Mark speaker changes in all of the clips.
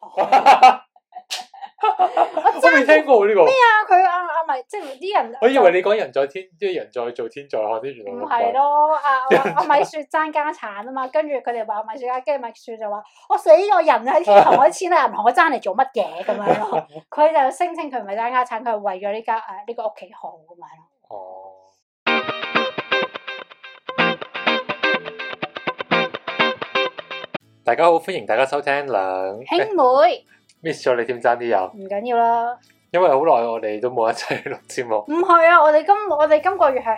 Speaker 1: 我未聽過呢個，
Speaker 2: 啊，佢啊啊，咪即係啲人就，
Speaker 1: 我以為你講人在天，即係人在做天在看，啲原來
Speaker 2: 唔係咯，啊阿米雪爭家產啊嘛，跟住佢哋話米雪啊，跟住米雪就話我死咗人喺天堂，我啲錢喺銀行，我爭嚟做乜嘢咁樣咯？佢就聲稱佢唔係爭家產，佢係為咗呢家誒呢個屋企好咁樣咯。
Speaker 1: 哦，大家好，歡迎大家收聽兩
Speaker 2: 兄妹
Speaker 1: miss 咗你添，爭啲有，
Speaker 2: 唔緊要啦，
Speaker 1: 啊因為好耐我哋都冇一齊錄節目。
Speaker 2: 唔係啊，我哋今我哋今個月係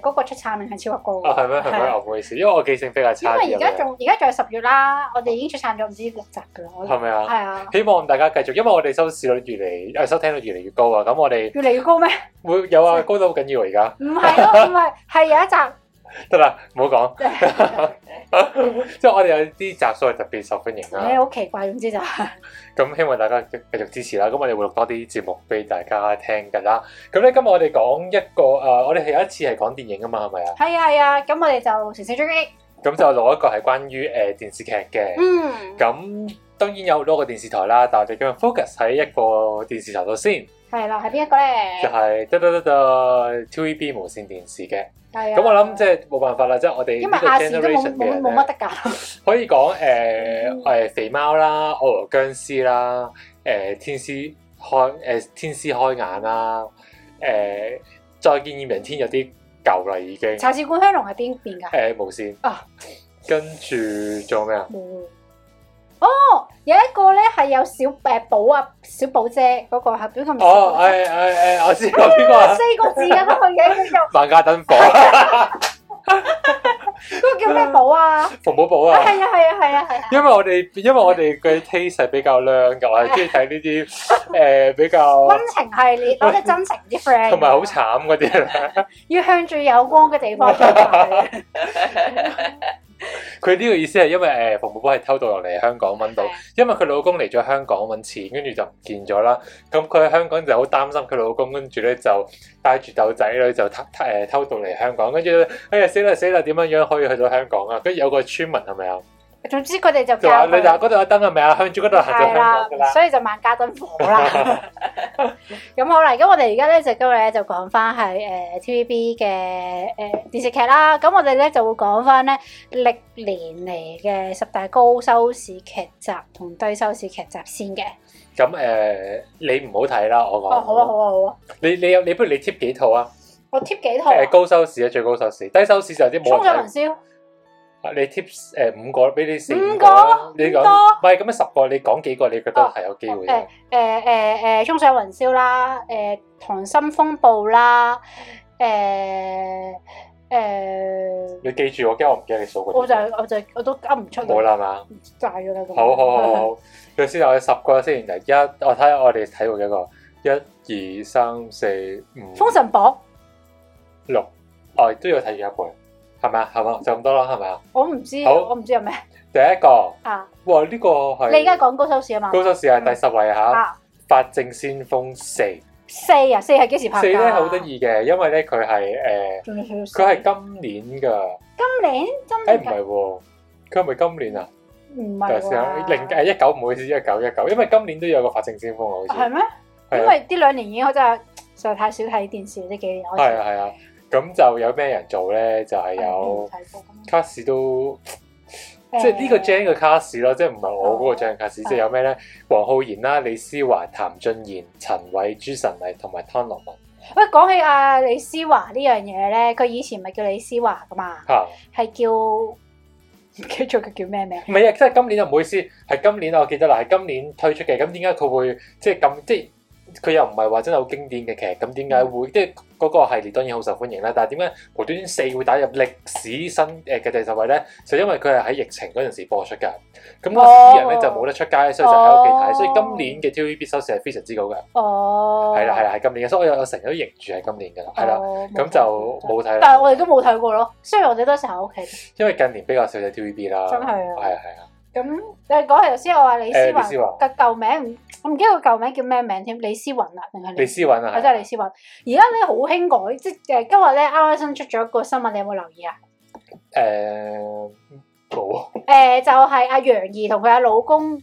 Speaker 2: 誒嗰個出產量係超級高
Speaker 1: 啊，
Speaker 2: 嘅。
Speaker 1: 係咩？係
Speaker 2: 係
Speaker 1: 咩？
Speaker 2: 啊
Speaker 1: 我唔好意思，因為我記性比較
Speaker 2: 因
Speaker 1: 差
Speaker 2: 為
Speaker 1: 啲啊
Speaker 2: 而家
Speaker 1: 咁樣
Speaker 2: 仲而家仲係十月啦，我哋已經出產咗唔知六集噶啦，我
Speaker 1: 係咪啊？
Speaker 2: 係啊，
Speaker 1: 希望大家繼續，因為我哋收視率越嚟誒收聽率越嚟越高啊！咁我哋
Speaker 2: 越嚟越高咩？
Speaker 1: 會有啊，高到好緊要啊！而家
Speaker 2: 唔係咯，唔係係有一集。
Speaker 1: 得啦，唔好 講，即係我哋有啲集數係特別受歡迎啊啦。
Speaker 2: 唉，好奇怪，總之就係
Speaker 1: 咁希望大家繼續支持啦，咁我哋會錄多啲節目俾大家聽㗎啦。咁咧今日我哋講一個誒、呃我哋係有一次係講電影啊嘛，係咪啊？
Speaker 2: 係啊係啊，咁我哋就乘勝追擊。
Speaker 1: 咁就錄一個係關於誒、呃、電視劇嘅。
Speaker 2: 嗯，
Speaker 1: 咁、當然有好多個電視台啦，但係我哋今日 focus 喺一個電視台度先，
Speaker 2: 係啦，係邊一個
Speaker 1: 就
Speaker 2: 咧？
Speaker 1: 係得得得得 TVB 無線電視嘅。
Speaker 2: 係啊。
Speaker 1: 咁我諗即係冇辦法啦，即係我哋
Speaker 2: 因
Speaker 1: 呢
Speaker 2: 為
Speaker 1: 個
Speaker 2: 亞視都冇
Speaker 1: generation 嘅
Speaker 2: 冇
Speaker 1: 人
Speaker 2: 冇
Speaker 1: 呢
Speaker 2: 乜得 㗎，
Speaker 1: 可以講誒誒肥貓啦、惡羅僵屍啦、誒、天師開誒、天師開眼啦、誒、再見艷陽天有啲舊啦已經誒、
Speaker 2: 茶是罐香龍係邊邊㗎？
Speaker 1: 無線
Speaker 2: 啊
Speaker 1: 跟住仲有咩啊？
Speaker 2: 冇。哦，有一個咧係有小誒寶啊，小寶姐嗰個係邊個名？
Speaker 1: 哦誒誒 誒，我知道邊個啊？
Speaker 2: 四個字嘅嗰個嘢 叫
Speaker 1: 萬家燈火、
Speaker 2: 做嗰個叫咩寶啊？
Speaker 1: 馮寶寶
Speaker 2: 啊
Speaker 1: 啊！
Speaker 2: 係啊係啊係啊 係啊！
Speaker 1: 因為我哋因為我哋嘅 taste 係比較靚嘅，我係中意睇呢啲誒比較
Speaker 2: 温情系 列，我哋真情啲 friend，
Speaker 1: 同埋好慘嗰啲啦。
Speaker 2: 要向住有光嘅地方出發 嘅。
Speaker 1: 佢呢個意思係因為誒馮寶寶係偷渡落嚟香港揾到
Speaker 2: 係啊，
Speaker 1: 因為佢老公嚟咗香港揾錢，跟住就唔見咗啦。咁佢喺香港就好擔心佢老公，跟住咧就帶住豆仔女就偷偷誒偷渡嚟香港，跟住咧哎呀死啦死啦點樣樣可以去到香港啊？跟住有個村民係咪啊？
Speaker 2: 總之佢哋就
Speaker 1: 就話
Speaker 2: 教
Speaker 1: 你嗱
Speaker 2: 佢
Speaker 1: 嗰度有燈係咪啊？向住嗰度行就
Speaker 2: 係
Speaker 1: 香港㗎啦。
Speaker 2: 所以就萬家燈火 啦。咁好啦，咁我哋而家咧就今日咧就講翻係誒 TVB 嘅誒電視劇啦。咁我哋咧就會講翻咧歷年嚟嘅十大高收視劇集同低收視劇集先嘅。
Speaker 1: 咁誒、你唔好睇啦，我講。
Speaker 2: 哦，好啊，好啊，好啊，
Speaker 1: 你你有你不如你貼幾套啊？
Speaker 2: 我貼幾套
Speaker 1: 誒、
Speaker 2: 啊？
Speaker 1: 高收視啊，最高收視，低收視就有啲
Speaker 2: 衝
Speaker 1: 冇
Speaker 2: 咗
Speaker 1: 人睇
Speaker 2: 雲。霄，
Speaker 1: 啊你 tips 誒五個俾你四
Speaker 2: 五
Speaker 1: 個啦，
Speaker 2: 個
Speaker 1: 你
Speaker 2: 咁
Speaker 1: 講
Speaker 2: 多
Speaker 1: 唔係咁樣十個，你講幾個你覺得係有機會啊嘅？
Speaker 2: 誒誒誒，衝上雲霄啦，誒溏心風暴啦，誒誒，
Speaker 1: 你記住，我驚我唔記得你數過。
Speaker 2: 我就我就我都噏唔出
Speaker 1: 冇啦嘛，
Speaker 2: 大咗啦咁。
Speaker 1: 好好好好，佢先有十個先，嗱一我睇下我哋睇過幾個，一二三四五
Speaker 2: 封神榜
Speaker 1: 六，哦都要睇住一半，係咪啊？係嘛，就咁多啦，係咪啊？
Speaker 2: 我唔知，
Speaker 1: 好
Speaker 2: 我唔知係咩
Speaker 1: 第一個，
Speaker 2: 啊？
Speaker 1: 哇呢個係
Speaker 2: 你而家講高收視啊嘛？
Speaker 1: 高收視係第十位嚇，
Speaker 2: 啊，
Speaker 1: 法證先鋒四
Speaker 2: 四啊，四係幾時拍㗎？
Speaker 1: 四咧係好得。意嘅，因為咧佢係誒
Speaker 2: 仲有少少
Speaker 1: 佢係今年㗎。
Speaker 2: 今年真
Speaker 1: 誒唔
Speaker 2: 定假
Speaker 1: 係喎，佢係咪今年啊？
Speaker 2: 嗯唔
Speaker 1: 等
Speaker 2: 係
Speaker 1: 下先啊
Speaker 2: 喎
Speaker 1: 零誒一九唔好意思，一九一九，因為今年都有個法證先鋒啊，好
Speaker 2: 係
Speaker 1: 似
Speaker 2: 咩？
Speaker 1: 係
Speaker 2: 因
Speaker 1: 啊
Speaker 2: 為呢兩年已經我真係實在太少睇電視呢幾年開始。
Speaker 1: 係啊係啊，咁就有咩人做咧？就係有
Speaker 2: 嗯睇過咁。
Speaker 1: 卡士都即係呢個 Jane 嘅卡士咯，即係唔係我
Speaker 2: 哦
Speaker 1: 嗰個 Jane 卡士，即係有咩咧？黃浩然啦、李思華、譚俊賢、陳偉、朱晨麗同埋湯洛雯
Speaker 2: 喂，講起阿李思華呢樣嘢咧，佢以前咪叫李思華噶嘛，
Speaker 1: 嚇，
Speaker 2: 係叫 唔記得咗佢叫咩名？
Speaker 1: 唔係啊！即係今年就唔好意思，係今年我記得啦，係今年推出嘅。咁點解佢會即係咁即係？佢又唔係話真係好經典嘅劇，咁點
Speaker 2: 嗯
Speaker 1: 解會即係嗰個系列當然好受歡迎啦？但係點解無端端四會打入歷史新誒嘅第十位咧？就因為佢係喺疫情嗰陣時播出㗎，咁嗰時啲人咧
Speaker 2: 哦
Speaker 1: 就冇得出街，所以就喺屋企
Speaker 2: 哦
Speaker 1: 睇。所以今年嘅 TVB 收視係非常之高嘅，
Speaker 2: 哦，
Speaker 1: 係啦係啦係今年嘅，所以我有我成日都認住係今年㗎啦，係啦，
Speaker 2: 哦，
Speaker 1: 咁就冇睇
Speaker 2: 但係
Speaker 1: 啦，
Speaker 2: 我哋都冇睇過咯，雖然我哋都成日喺屋企。
Speaker 1: 因為近年比較少睇 TVB 啦，
Speaker 2: 真係啊
Speaker 1: 係啊係啊，
Speaker 2: 咁你講起頭先，我話李思
Speaker 1: 誒李
Speaker 2: 華
Speaker 1: 思華
Speaker 2: 嘅舊名唔，我唔記得佢舊名叫咩名添，李思雲啊定係
Speaker 1: 李思韻啊，
Speaker 2: 係真係李思雲。而家咧好興改，即係誒今日咧啱啱新出咗一個新聞，你有冇留意啊？
Speaker 1: 誒冇啊
Speaker 2: 誒、就係、阿楊怡同佢阿老公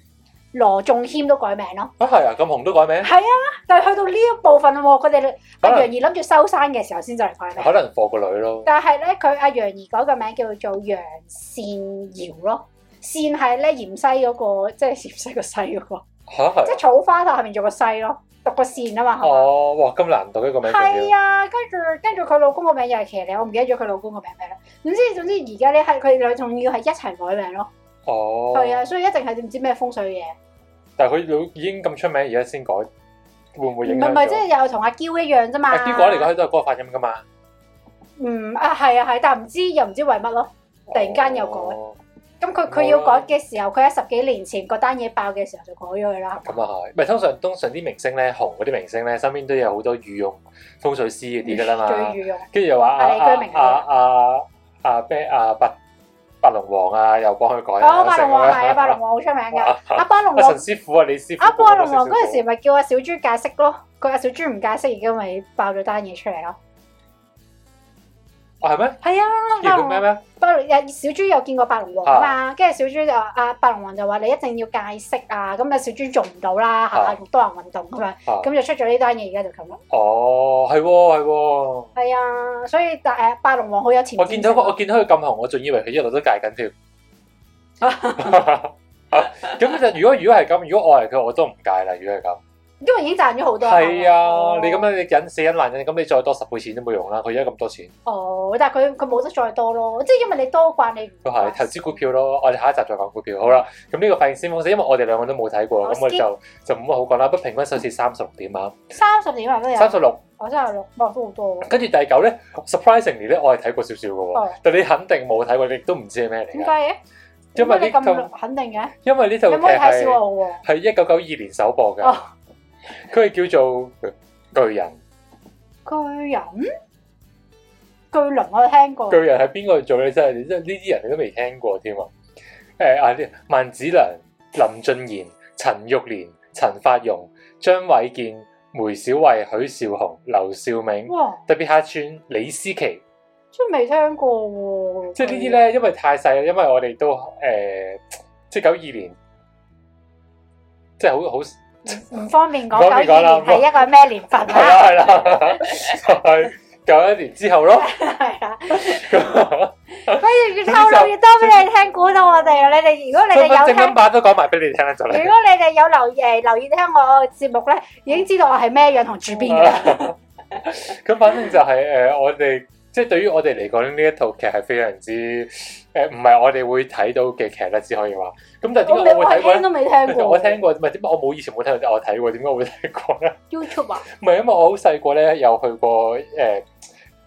Speaker 2: 羅仲謙都改名咯。
Speaker 1: 啊係啊，咁紅都改名，
Speaker 2: 係啊，但係去到呢一部分喎，佢哋
Speaker 1: 可
Speaker 2: 阿
Speaker 1: 能
Speaker 2: 楊怡諗住收山嘅時候先就嚟改
Speaker 1: 可
Speaker 2: 名，
Speaker 1: 能放個女咯，
Speaker 2: 但係咧佢阿楊怡改個名叫做楊善瑤咯。善係咧芫茜嗰、個，即係芫茜個茜嗰、個，
Speaker 1: 嚇係
Speaker 2: 即係
Speaker 1: 啊。
Speaker 2: 草花頭下面做個茜咯，讀個善啊嘛，
Speaker 1: Ờ,
Speaker 2: 係嘛？
Speaker 1: 哦，哇！咁難讀一個名仲要
Speaker 2: 係啊，跟住跟住佢老公個名又係騎呢，我唔記得咗佢老公個名咩啦。總之總之而家咧係佢兩仲要係一齊改名咯，
Speaker 1: 哦，
Speaker 2: 係啊，所以一定係唔知咩風水嘢。
Speaker 1: 但係佢老已經咁出名，而家先改，會唔會影
Speaker 2: 唔
Speaker 1: 響
Speaker 2: 係
Speaker 1: 咗？
Speaker 2: 唔係，即係又同阿嬌一樣啫嘛。
Speaker 1: 阿嬌改嚟改去都係嗰個發音噶嘛，
Speaker 2: 嗯啊，係啊係，但係唔知又唔知為乜咯。突然間又改
Speaker 1: 哦
Speaker 2: 咁佢
Speaker 1: 冇啦
Speaker 2: 佢要改嘅時候，佢喺十幾年前嗰單嘢爆嘅時候就改咗佢啦。係
Speaker 1: 咁
Speaker 2: 嘛
Speaker 1: 啊係，唔係通常通常啲明星咧，紅嗰啲明星咧，身邊都有好多御用風水師嗰啲噶啦嘛
Speaker 2: 最，御用
Speaker 1: 跟住又話
Speaker 2: 阿李
Speaker 1: 啊
Speaker 2: 居明
Speaker 1: 啊啊啊啊咩啊白白龍王啊，又幫佢
Speaker 2: 哦，
Speaker 1: 改啊，
Speaker 2: 八龍
Speaker 1: 成
Speaker 2: 王
Speaker 1: 啊
Speaker 2: 係啊，八龍王好出名㗎。
Speaker 1: 哇
Speaker 2: 阿八龍
Speaker 1: 阿
Speaker 2: 王
Speaker 1: 陳師傅啊，李師傅，
Speaker 2: 阿八龍王
Speaker 1: 幫
Speaker 2: 嗰
Speaker 1: 我少少
Speaker 2: 陣時咪叫阿小豬解釋咯，佢阿小豬唔解釋，而家咪爆咗單嘢出嚟咯。
Speaker 1: 啊係咩？
Speaker 2: 係啊，
Speaker 1: 叫
Speaker 2: 八
Speaker 1: 佢
Speaker 2: 龍
Speaker 1: 咩
Speaker 2: 王
Speaker 1: 咩？
Speaker 2: 八龍小豬有見過八龍王啊嘛，跟住小豬就話阿八龍王就話你一定要解釋啊，咁啊小豬做唔到啦，下下
Speaker 1: 啊
Speaker 2: 仲多人運動咁樣，
Speaker 1: 啊
Speaker 2: 咁就出咗呢單嘢，而家就咁啦。
Speaker 1: 哦，係喎係喎，
Speaker 2: 係啊，所以但誒八龍王好有前瞻性啊
Speaker 1: 我見到佢我見到佢咁紅，我仲以為佢一路都戒緊 添。咁就如果如果係咁，如果我係佢，我都唔戒啦。如果係咁。
Speaker 2: 因為已經賺咗好多。
Speaker 1: 係
Speaker 2: 哦
Speaker 1: 啊，你咁樣你忍死忍爛忍，咁你再多十倍錢都冇用啦。佢而家咁多錢，
Speaker 2: 哦，但係佢佢冇得再多咯，即係因為你多慣你唔
Speaker 1: 都係投資股票咯。我哋下一集再講股票。好啦，咁呢個發現先鋒先，因為我哋兩個都冇睇過，
Speaker 2: 我
Speaker 1: 咁我
Speaker 2: skip
Speaker 1: 哋就就冇乜好講啦。不過平均收市三十六點啊，
Speaker 2: 三十年可能都有，
Speaker 1: 三十六。
Speaker 2: 我三十六，哇都好多喎。
Speaker 1: 跟住第九咧，surprisingly 咧，我係睇過少少嘅喎
Speaker 2: 哦，
Speaker 1: 但你肯定冇睇過，你亦都唔知係咩嚟
Speaker 2: 點
Speaker 1: 嘅。
Speaker 2: 解嘅？
Speaker 1: 因為呢
Speaker 2: 點解你
Speaker 1: 套
Speaker 2: 咁肯定嘅，
Speaker 1: 因為呢
Speaker 2: 你
Speaker 1: 套
Speaker 2: 有
Speaker 1: 劇
Speaker 2: 冇睇
Speaker 1: 係
Speaker 2: 小我喎？
Speaker 1: 係一九九二年首播嘅
Speaker 2: 哦，
Speaker 1: 佢係叫做呃巨人。
Speaker 2: 巨人，巨輪我有聽過
Speaker 1: 巨，人係邊個做咧？真係你真係呢啲人你都未聽過添啊！誒啊啲萬梓良、林俊賢、陳玉蓮、陳法蓉、張偉健、梅小慧、許紹雄、劉兆銘、
Speaker 2: 哇，
Speaker 1: 特別客串李思琪，
Speaker 2: 真係未聽過喎。
Speaker 1: 即係呢啲咧，因為太細啦，因為我哋都誒、呃即係九二年，即係 好好
Speaker 2: 唔，唔方便講
Speaker 1: 唔方便
Speaker 2: 九
Speaker 1: 講
Speaker 2: 二
Speaker 1: 啦
Speaker 2: 年係一個咩年份
Speaker 1: 係
Speaker 2: 啊？
Speaker 1: 啦係啦，就係九一年之後咯。
Speaker 2: 係啦，
Speaker 1: 咁
Speaker 2: 不如要透 露越多俾你聽，估到我哋啊！你哋如果你
Speaker 1: 分分
Speaker 2: 哋有
Speaker 1: 正
Speaker 2: 聽
Speaker 1: 音。版都講埋俾你聽啦，就
Speaker 2: 如
Speaker 1: 嚟。
Speaker 2: 果你哋有留誒留意聽我節目咧，已經知道我係咩樣同住邊
Speaker 1: Ờ,
Speaker 2: 嘅啦。
Speaker 1: 咁 反正就係、誒、我哋即係對於我哋嚟講，呢一套劇係非常之誒，唔、係我哋會睇到嘅劇啦，只可以話。咁但係
Speaker 2: 我
Speaker 1: 點
Speaker 2: 未
Speaker 1: 解
Speaker 2: 我
Speaker 1: 我會睇過
Speaker 2: 聽
Speaker 1: 咧？
Speaker 2: 都未聽過。
Speaker 1: 我聽過，唔係點解我冇以前冇睇過，但我睇過，點解我會睇過咧？
Speaker 2: YouTube à? 啊，
Speaker 1: 唔係因為我好細個咧，有去過誒、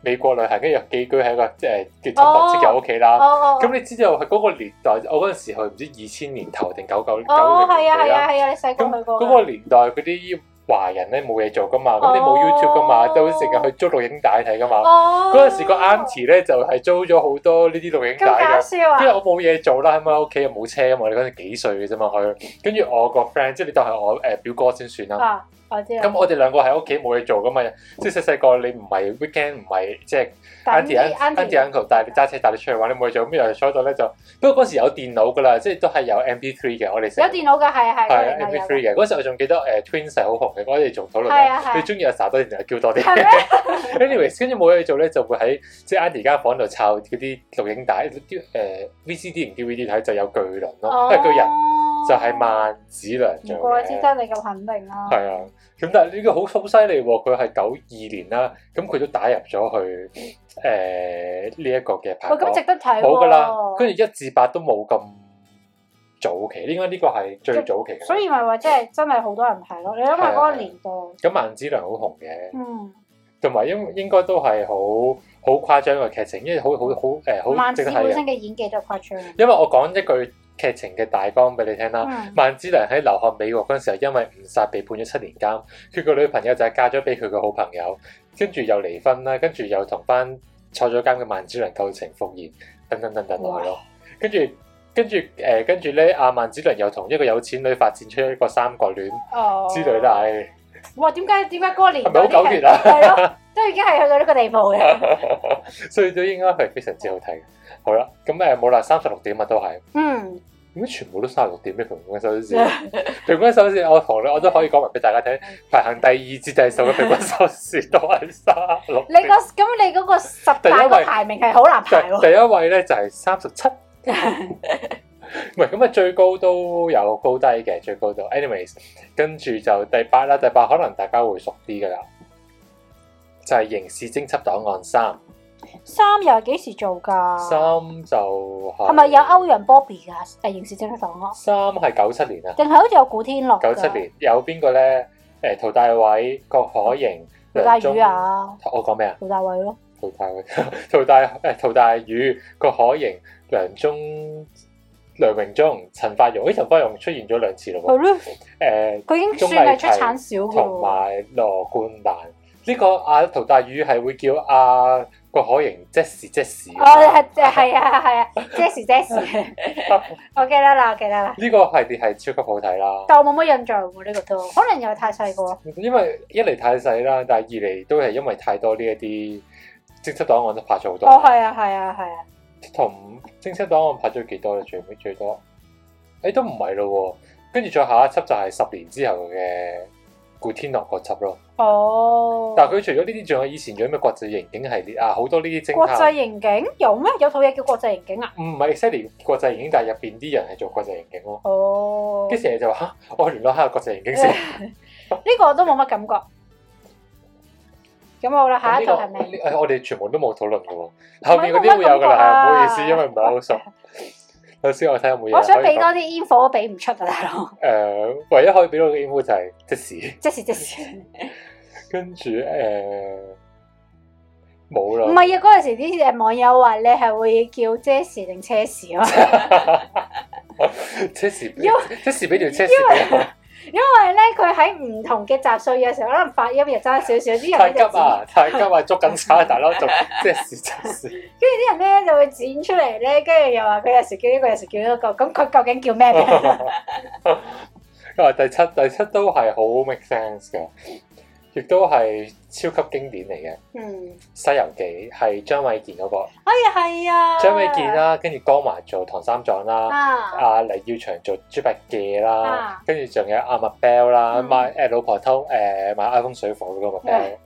Speaker 1: 美國旅行，跟住有寄居喺一個誒呃叫親朋戚友屋企
Speaker 2: 哦
Speaker 1: 啦。
Speaker 2: 哦
Speaker 1: 咁、
Speaker 2: 哦
Speaker 1: 你知道係嗰個年代，我嗰陣時去唔知二千年頭定九九九
Speaker 2: 哦，
Speaker 1: 零
Speaker 2: 係
Speaker 1: 年
Speaker 2: 啊
Speaker 1: 代
Speaker 2: 係
Speaker 1: 啦
Speaker 2: 啊。係啊，你細
Speaker 1: 咁
Speaker 2: 個去過
Speaker 1: 嗰
Speaker 2: 㗎。
Speaker 1: 個年代嗰啲華人咧冇嘢做噶嘛，咁你冇
Speaker 2: 哦
Speaker 1: YouTube 噶嘛，都成日去租錄影帶睇噶嘛。
Speaker 2: 哦，
Speaker 1: 嗰陣時個 Auntie 咧就係租咗好多呢啲錄影
Speaker 2: 咁
Speaker 1: 帶
Speaker 2: 搞
Speaker 1: 嘅。
Speaker 2: 笑啊
Speaker 1: 跟！住我冇嘢做啦，喺屋企又冇車啊嘛，你嗰陣幾歲嘅啫嘛佢。跟住我個 friend，即係你當係我呃誒表哥先算啦。
Speaker 2: 啊，我知啦
Speaker 1: 咁。我哋兩個喺屋企冇嘢做噶嘛，即係細細個你唔係 weekend 唔係即係
Speaker 2: 等
Speaker 1: Auntie
Speaker 2: 啲
Speaker 1: Auntie Uncle 帶你揸車帶你出去玩，你冇嘢做，咁又坐喺度咧就。不過嗰時有電腦噶啦，即係都係有 MP3 嘅，我哋成
Speaker 2: 有
Speaker 1: 日
Speaker 2: 電腦嘅係係
Speaker 1: 係啊
Speaker 2: 嗰年代有
Speaker 1: ，MP3
Speaker 2: 嘅。
Speaker 1: 嘅嗰時我仲記得誒 Twins 係好紅嘅，我哋仲討論
Speaker 2: 係啊係啊啊
Speaker 1: 緊，你中意阿 Sa 多定係叫多啲
Speaker 2: 係咩？
Speaker 1: ？anyways，跟住冇嘢做咧，就會喺即係 Auntie 間房度抄嗰啲錄影呃帶，啲誒 VCD 唔 DVD 睇就有巨輪咯，因為巨人就係萬梓良
Speaker 2: 哦唔
Speaker 1: 做
Speaker 2: 怪之
Speaker 1: 嘅，
Speaker 2: 得你咁肯定啦。
Speaker 1: 係啊。咁但係呢個好好犀利喎，佢係九二年啦，咁佢都打入咗去誒呢一個嘅排
Speaker 2: 喂，哦
Speaker 1: 行
Speaker 2: 咁
Speaker 1: 榜
Speaker 2: 值，得睇喎。
Speaker 1: 冇噶啦。跟住一至八都冇咁早期，應該呢個係最早期嘅。
Speaker 2: 所以咪話即係真係好多人睇咯。你諗下嗰個年代，
Speaker 1: 咁萬梓良好紅嘅，
Speaker 2: 嗯，
Speaker 1: 同埋應應該都係好好誇張嘅劇情，因為好好好誒好
Speaker 2: 萬
Speaker 1: 值
Speaker 2: 子
Speaker 1: 得睇啊
Speaker 2: 本
Speaker 1: 嘅。
Speaker 2: 身嘅演技都誇張。
Speaker 1: 因為我講一句劇情嘅大綱俾你聽啦。
Speaker 2: 嗯。
Speaker 1: 萬梓良喺留學美國嗰陣時候，因為誤殺被判咗七年監，佢個女朋友就係嫁咗俾佢個好朋友，跟住又離婚啦，跟住又同翻坐咗監嘅萬梓良舊情復燃，等等等等落去咯。跟住跟住誒，跟住咧，阿萬梓良又同一個有錢女發展出一個三角戀
Speaker 2: 哦
Speaker 1: 之類啦，唉
Speaker 2: 哇！點解點解嗰個年
Speaker 1: 係咪
Speaker 2: 代
Speaker 1: 好
Speaker 2: 啲
Speaker 1: 糾
Speaker 2: 人
Speaker 1: 結啊？
Speaker 2: 係咯，都已經係去到呢個地步嘅。
Speaker 1: 所以都應該係非常之好睇嘅。好啦，咁誒冇啦，三十六點啊都係。
Speaker 2: 嗯，
Speaker 1: 點解全部都三十六點嘅平均收視？平均收視我 同你我都可以講埋俾大家聽，
Speaker 2: 嗯
Speaker 1: 排行第二至第十嘅平均收視都係三十六。
Speaker 2: 你個咁你嗰個十大個排名係好難
Speaker 1: 就
Speaker 2: 排
Speaker 1: 係
Speaker 2: 喎。
Speaker 1: 第一位咧就係三十七，唔係咁啊，最高都有高低嘅，最高度。anyways，跟住就第八啦，第八可能大家會熟啲噶啦，就係、刑事偵緝檔案三，
Speaker 2: 三又係幾時做㗎？
Speaker 1: 三就係
Speaker 2: 哦係咪有歐陽 Bobby 㗎？誒刑事偵啊緝檔案，
Speaker 1: 三係九七年啊，
Speaker 2: 定係好似有古天樂㗎
Speaker 1: 九七年有邊個咧？誒、陶大偉、郭可盈、
Speaker 2: 陶大
Speaker 1: 梁宗
Speaker 2: 宇，啊，
Speaker 1: 我講咩啊？
Speaker 2: 陶大偉咯，
Speaker 1: 陶 大偉、陶大誒陶大宇、郭可盈、梁宗、梁榮忠、陳法蓉，咦陳法蓉出現咗兩次咯
Speaker 2: 係
Speaker 1: 喎，
Speaker 2: 咯，
Speaker 1: 誒
Speaker 2: 哦佢已經算係出產少㗎
Speaker 1: 同
Speaker 2: 喎。
Speaker 1: 埋羅冠蘭呢個阿陶大宇係會叫阿郭可盈 Jess Jess
Speaker 2: 哦，係係啊係啊，Jess Jess，我記得啦，我記得啦，
Speaker 1: 呢個系列係超級好睇啦，
Speaker 2: 但我冇乜印象喎呢個都，可能又係太細個。
Speaker 1: 因為一嚟太細啦，但係二嚟都係因為太多呢一啲偵緝檔案都拍咗好多，
Speaker 2: 哦，係啊係啊係啊，
Speaker 1: 同偵緝檔案拍咗幾多咧？最尾最多，誒、都唔係咯喎。跟住再下一輯就係十年之後嘅古天樂嗰輯咯。
Speaker 2: 哦。
Speaker 1: 但係佢除咗呢啲，仲有以前仲有咩國際刑警系列啊，好多呢啲
Speaker 2: 國
Speaker 1: 偵
Speaker 2: 際
Speaker 1: 探。
Speaker 2: 刑警有咩？有套嘢叫國際刑警啊？
Speaker 1: 唔係 exactly 國際刑警，但係入邊啲人係做國際刑警咯。
Speaker 2: 哦，
Speaker 1: 跟住成日就話嚇，我聯絡下國際刑警先。
Speaker 2: 呢個我都冇乜感覺。咁好啦，下一套係
Speaker 1: 呢個
Speaker 2: 咩？
Speaker 1: 呢誒我哋全部都冇討論嘅喎。後面嗰啲會有㗎
Speaker 2: 我
Speaker 1: 啦，係唔好
Speaker 2: 冇乜感覺啊
Speaker 1: 意思，因為唔係 好熟。頭先我睇下有冇嘢可以講。
Speaker 2: 我想俾多啲煙火，俾唔出啊，大佬。
Speaker 1: 誒，唯一可以俾到嘅 info 就係即時。
Speaker 2: 即時即時，
Speaker 1: 跟住誒冇
Speaker 2: 唔
Speaker 1: 啦，
Speaker 2: 係啊！嗰陣時啲誒網友話你係會叫即時定車啊時 咯，
Speaker 1: 即時俾
Speaker 2: 因
Speaker 1: 即時俾條車匙俾我
Speaker 2: 因為咧佢喺唔同嘅集數嘅時候，可能發音又爭少少，啲
Speaker 1: 太
Speaker 2: 人
Speaker 1: 急
Speaker 2: 就剪，
Speaker 1: 啊！太急啊！捉緊差大佬，仲即時即時
Speaker 2: 跟住啲人咧就會剪出嚟咧，跟住又話佢有時叫呢個，有時叫嗰個，咁佢究竟叫 咩名？
Speaker 1: 因為第七第七都係好 make sense 嘅，亦都係超級經典嚟嘅《
Speaker 2: 嗯，
Speaker 1: 西遊記》，係張衛健嗰個，
Speaker 2: 哎呀係啊，
Speaker 1: 張衛健啦，跟住江華做唐三藏啦。
Speaker 2: 啊，
Speaker 1: 阿黎耀祥做豬八戒啦
Speaker 2: 啊，
Speaker 1: 跟住仲有阿麥 Bell 啦，
Speaker 2: 嗯
Speaker 1: 買誒老婆偷誒買 iPhone 水貨嗰個麥 Bell，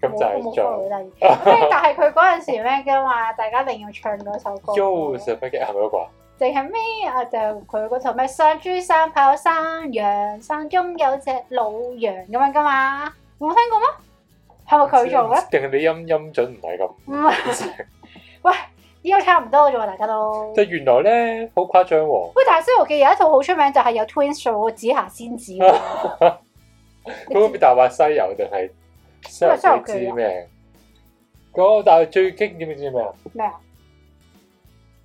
Speaker 1: 咁就
Speaker 2: 冇冇
Speaker 1: 係做
Speaker 2: 錯 啦，咁但係佢嗰陣時咩嘅嘛，大家一定要唱嗰首歌，
Speaker 1: Yo 水筆記係咪嗰個啊？
Speaker 2: 淨係咩啊？就佢嗰套咩上珠山跑山羊，山中有隻老羊咁樣噶嘛？冇聽過咩？係咪佢做嘅？
Speaker 1: 定係你音音準唔係咁？
Speaker 2: 唔係，喂，依家差唔多啫喎，大家都
Speaker 1: 即。係原來咧好誇張喎，
Speaker 2: 喂，但係《西遊記》有一套好出名，就係有 Twins 做個紫霞仙子 喎。你知
Speaker 1: 嗰個大話西遊定係西遊記知咩？嗰個但係最經典嘅知咩啊？
Speaker 2: 咩啊？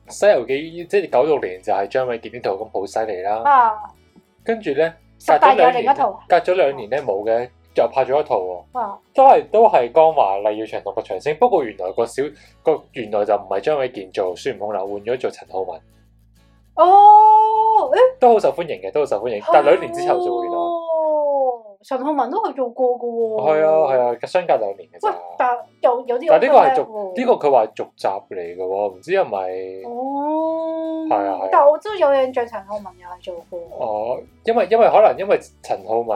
Speaker 1: 西遊記即係九六年就係張衛健呢套咁好犀利啦，
Speaker 2: 啊，
Speaker 1: 跟住咧隔
Speaker 2: 十大
Speaker 1: 咗
Speaker 2: 有
Speaker 1: 兩
Speaker 2: 另一
Speaker 1: 年，
Speaker 2: 套
Speaker 1: 隔咗兩年咧冇嘅，又拍咗一套喎。
Speaker 2: 啊，
Speaker 1: 都係都係江華黎耀祥同個長星，不過原來個小個原來就唔係張衛健做孫悟空啦，換咗做陳浩民，
Speaker 2: 哦，誒
Speaker 1: 都好受歡迎嘅，都好受歡
Speaker 2: 啊
Speaker 1: 迎。但兩年之後就原來
Speaker 2: 哦，陳浩民都去做過嘅喎。
Speaker 1: 係啊係啊，相隔兩年嘅咋
Speaker 2: 喂，
Speaker 1: 呢
Speaker 2: 但有有啲
Speaker 1: 但呢個係
Speaker 2: 做
Speaker 1: 個佢話續集嚟嘅喎，唔知係咪
Speaker 2: 哦，
Speaker 1: 係啊係啊
Speaker 2: 但係我都有印象，陳浩民又係做過。
Speaker 1: 哦？因為因為可能因為陳浩民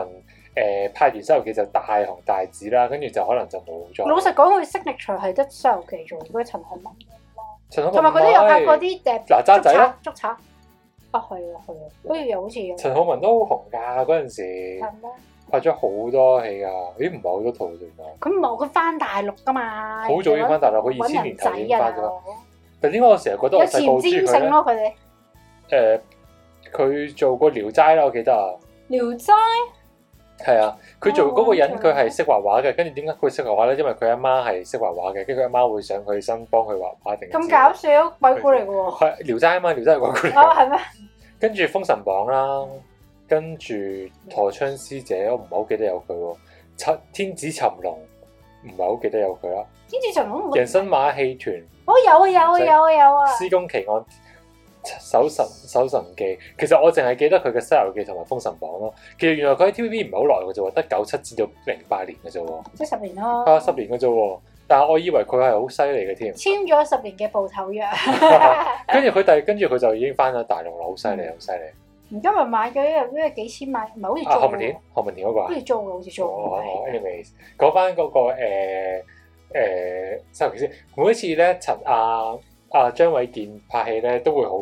Speaker 1: 誒、拍完《西遊記》就大紅大紫啦，跟住就可能就冇咗。
Speaker 2: 老實講，佢 signature 係得《西遊記》做，如果陳浩
Speaker 1: 啊
Speaker 2: 民，
Speaker 1: 陳浩民
Speaker 2: 同埋佢都有拍過
Speaker 1: 唔係
Speaker 2: 啲誒
Speaker 1: 哪吒
Speaker 2: 捉
Speaker 1: 仔啦，
Speaker 2: 賊捉賊。啊，係啊，係啊，好似又好似有
Speaker 1: 陳浩民都好紅㗎嗰陣時，
Speaker 2: 係咩？
Speaker 1: 拍咗好多戲㗎，咦唔係好多套原來。
Speaker 2: 佢冇佢翻大陸噶嘛？
Speaker 1: 好早已經翻大陸，佢二
Speaker 2: 揾
Speaker 1: 千
Speaker 2: 人
Speaker 1: 年
Speaker 2: 仔
Speaker 1: 頭已經
Speaker 2: 啊！
Speaker 1: 翻
Speaker 2: 大
Speaker 1: 咗啦。
Speaker 2: 佬
Speaker 1: 但點解我成日覺得
Speaker 2: 有
Speaker 1: 我細個
Speaker 2: 前
Speaker 1: 好中意
Speaker 2: 瞻
Speaker 1: 佢
Speaker 2: 性
Speaker 1: 咧？
Speaker 2: 咯，佢哋《
Speaker 1: 誒，佢做過《聊齋》啦，我記得啊，
Speaker 2: 聊齋》
Speaker 1: 係啊，佢做嗰個人
Speaker 2: 哦
Speaker 1: 佢係識畫畫嘅，跟住點解佢識畫畫咧？因為佢阿媽係識畫畫嘅，跟住佢阿媽會上佢身幫佢畫畫定唔
Speaker 2: 咁
Speaker 1: 知啊
Speaker 2: 搞笑鬼故嚟嘅 喎。
Speaker 1: 係《聊齋》啊嘛，《聊齋》係講佢嚟
Speaker 2: 哦，
Speaker 1: 㗎。
Speaker 2: 係咩？
Speaker 1: 跟住《封神榜》啦，跟住《陀槍師姐》，我唔係好記得有佢喎。尋天子尋龍唔係好記得有佢啦。
Speaker 2: 天子神龍
Speaker 1: 人生馬戲團。
Speaker 2: 我有啊有啊有啊有啊！
Speaker 1: 《施公奇案》《搜神搜神記》，其實我淨係記得佢嘅《西遊記》同埋《封神榜》咯。其實原來佢喺 TVB 唔係好耐嘅啫喎，得九七至到零八年嘅啫喎，啊
Speaker 2: 即係十年咯。
Speaker 1: 啊十年嘅啫喎。但係我以為佢係好犀利 嘅添。
Speaker 2: 簽咗十年嘅捕頭約，
Speaker 1: 跟住佢第跟住佢就已經翻咗大陸啦，好犀利，好犀利。
Speaker 2: 唔今日買咗一咩幾千萬，唔係好似租
Speaker 1: 啊，何
Speaker 2: 喎
Speaker 1: 文田，何文田嗰個啊
Speaker 2: 好似租嘅，好似租
Speaker 1: 哦
Speaker 2: 嘅。
Speaker 1: anyways，講翻嗰個呃誒誒收皮先，每一次啊咧陳阿阿張衛健拍戲咧都會好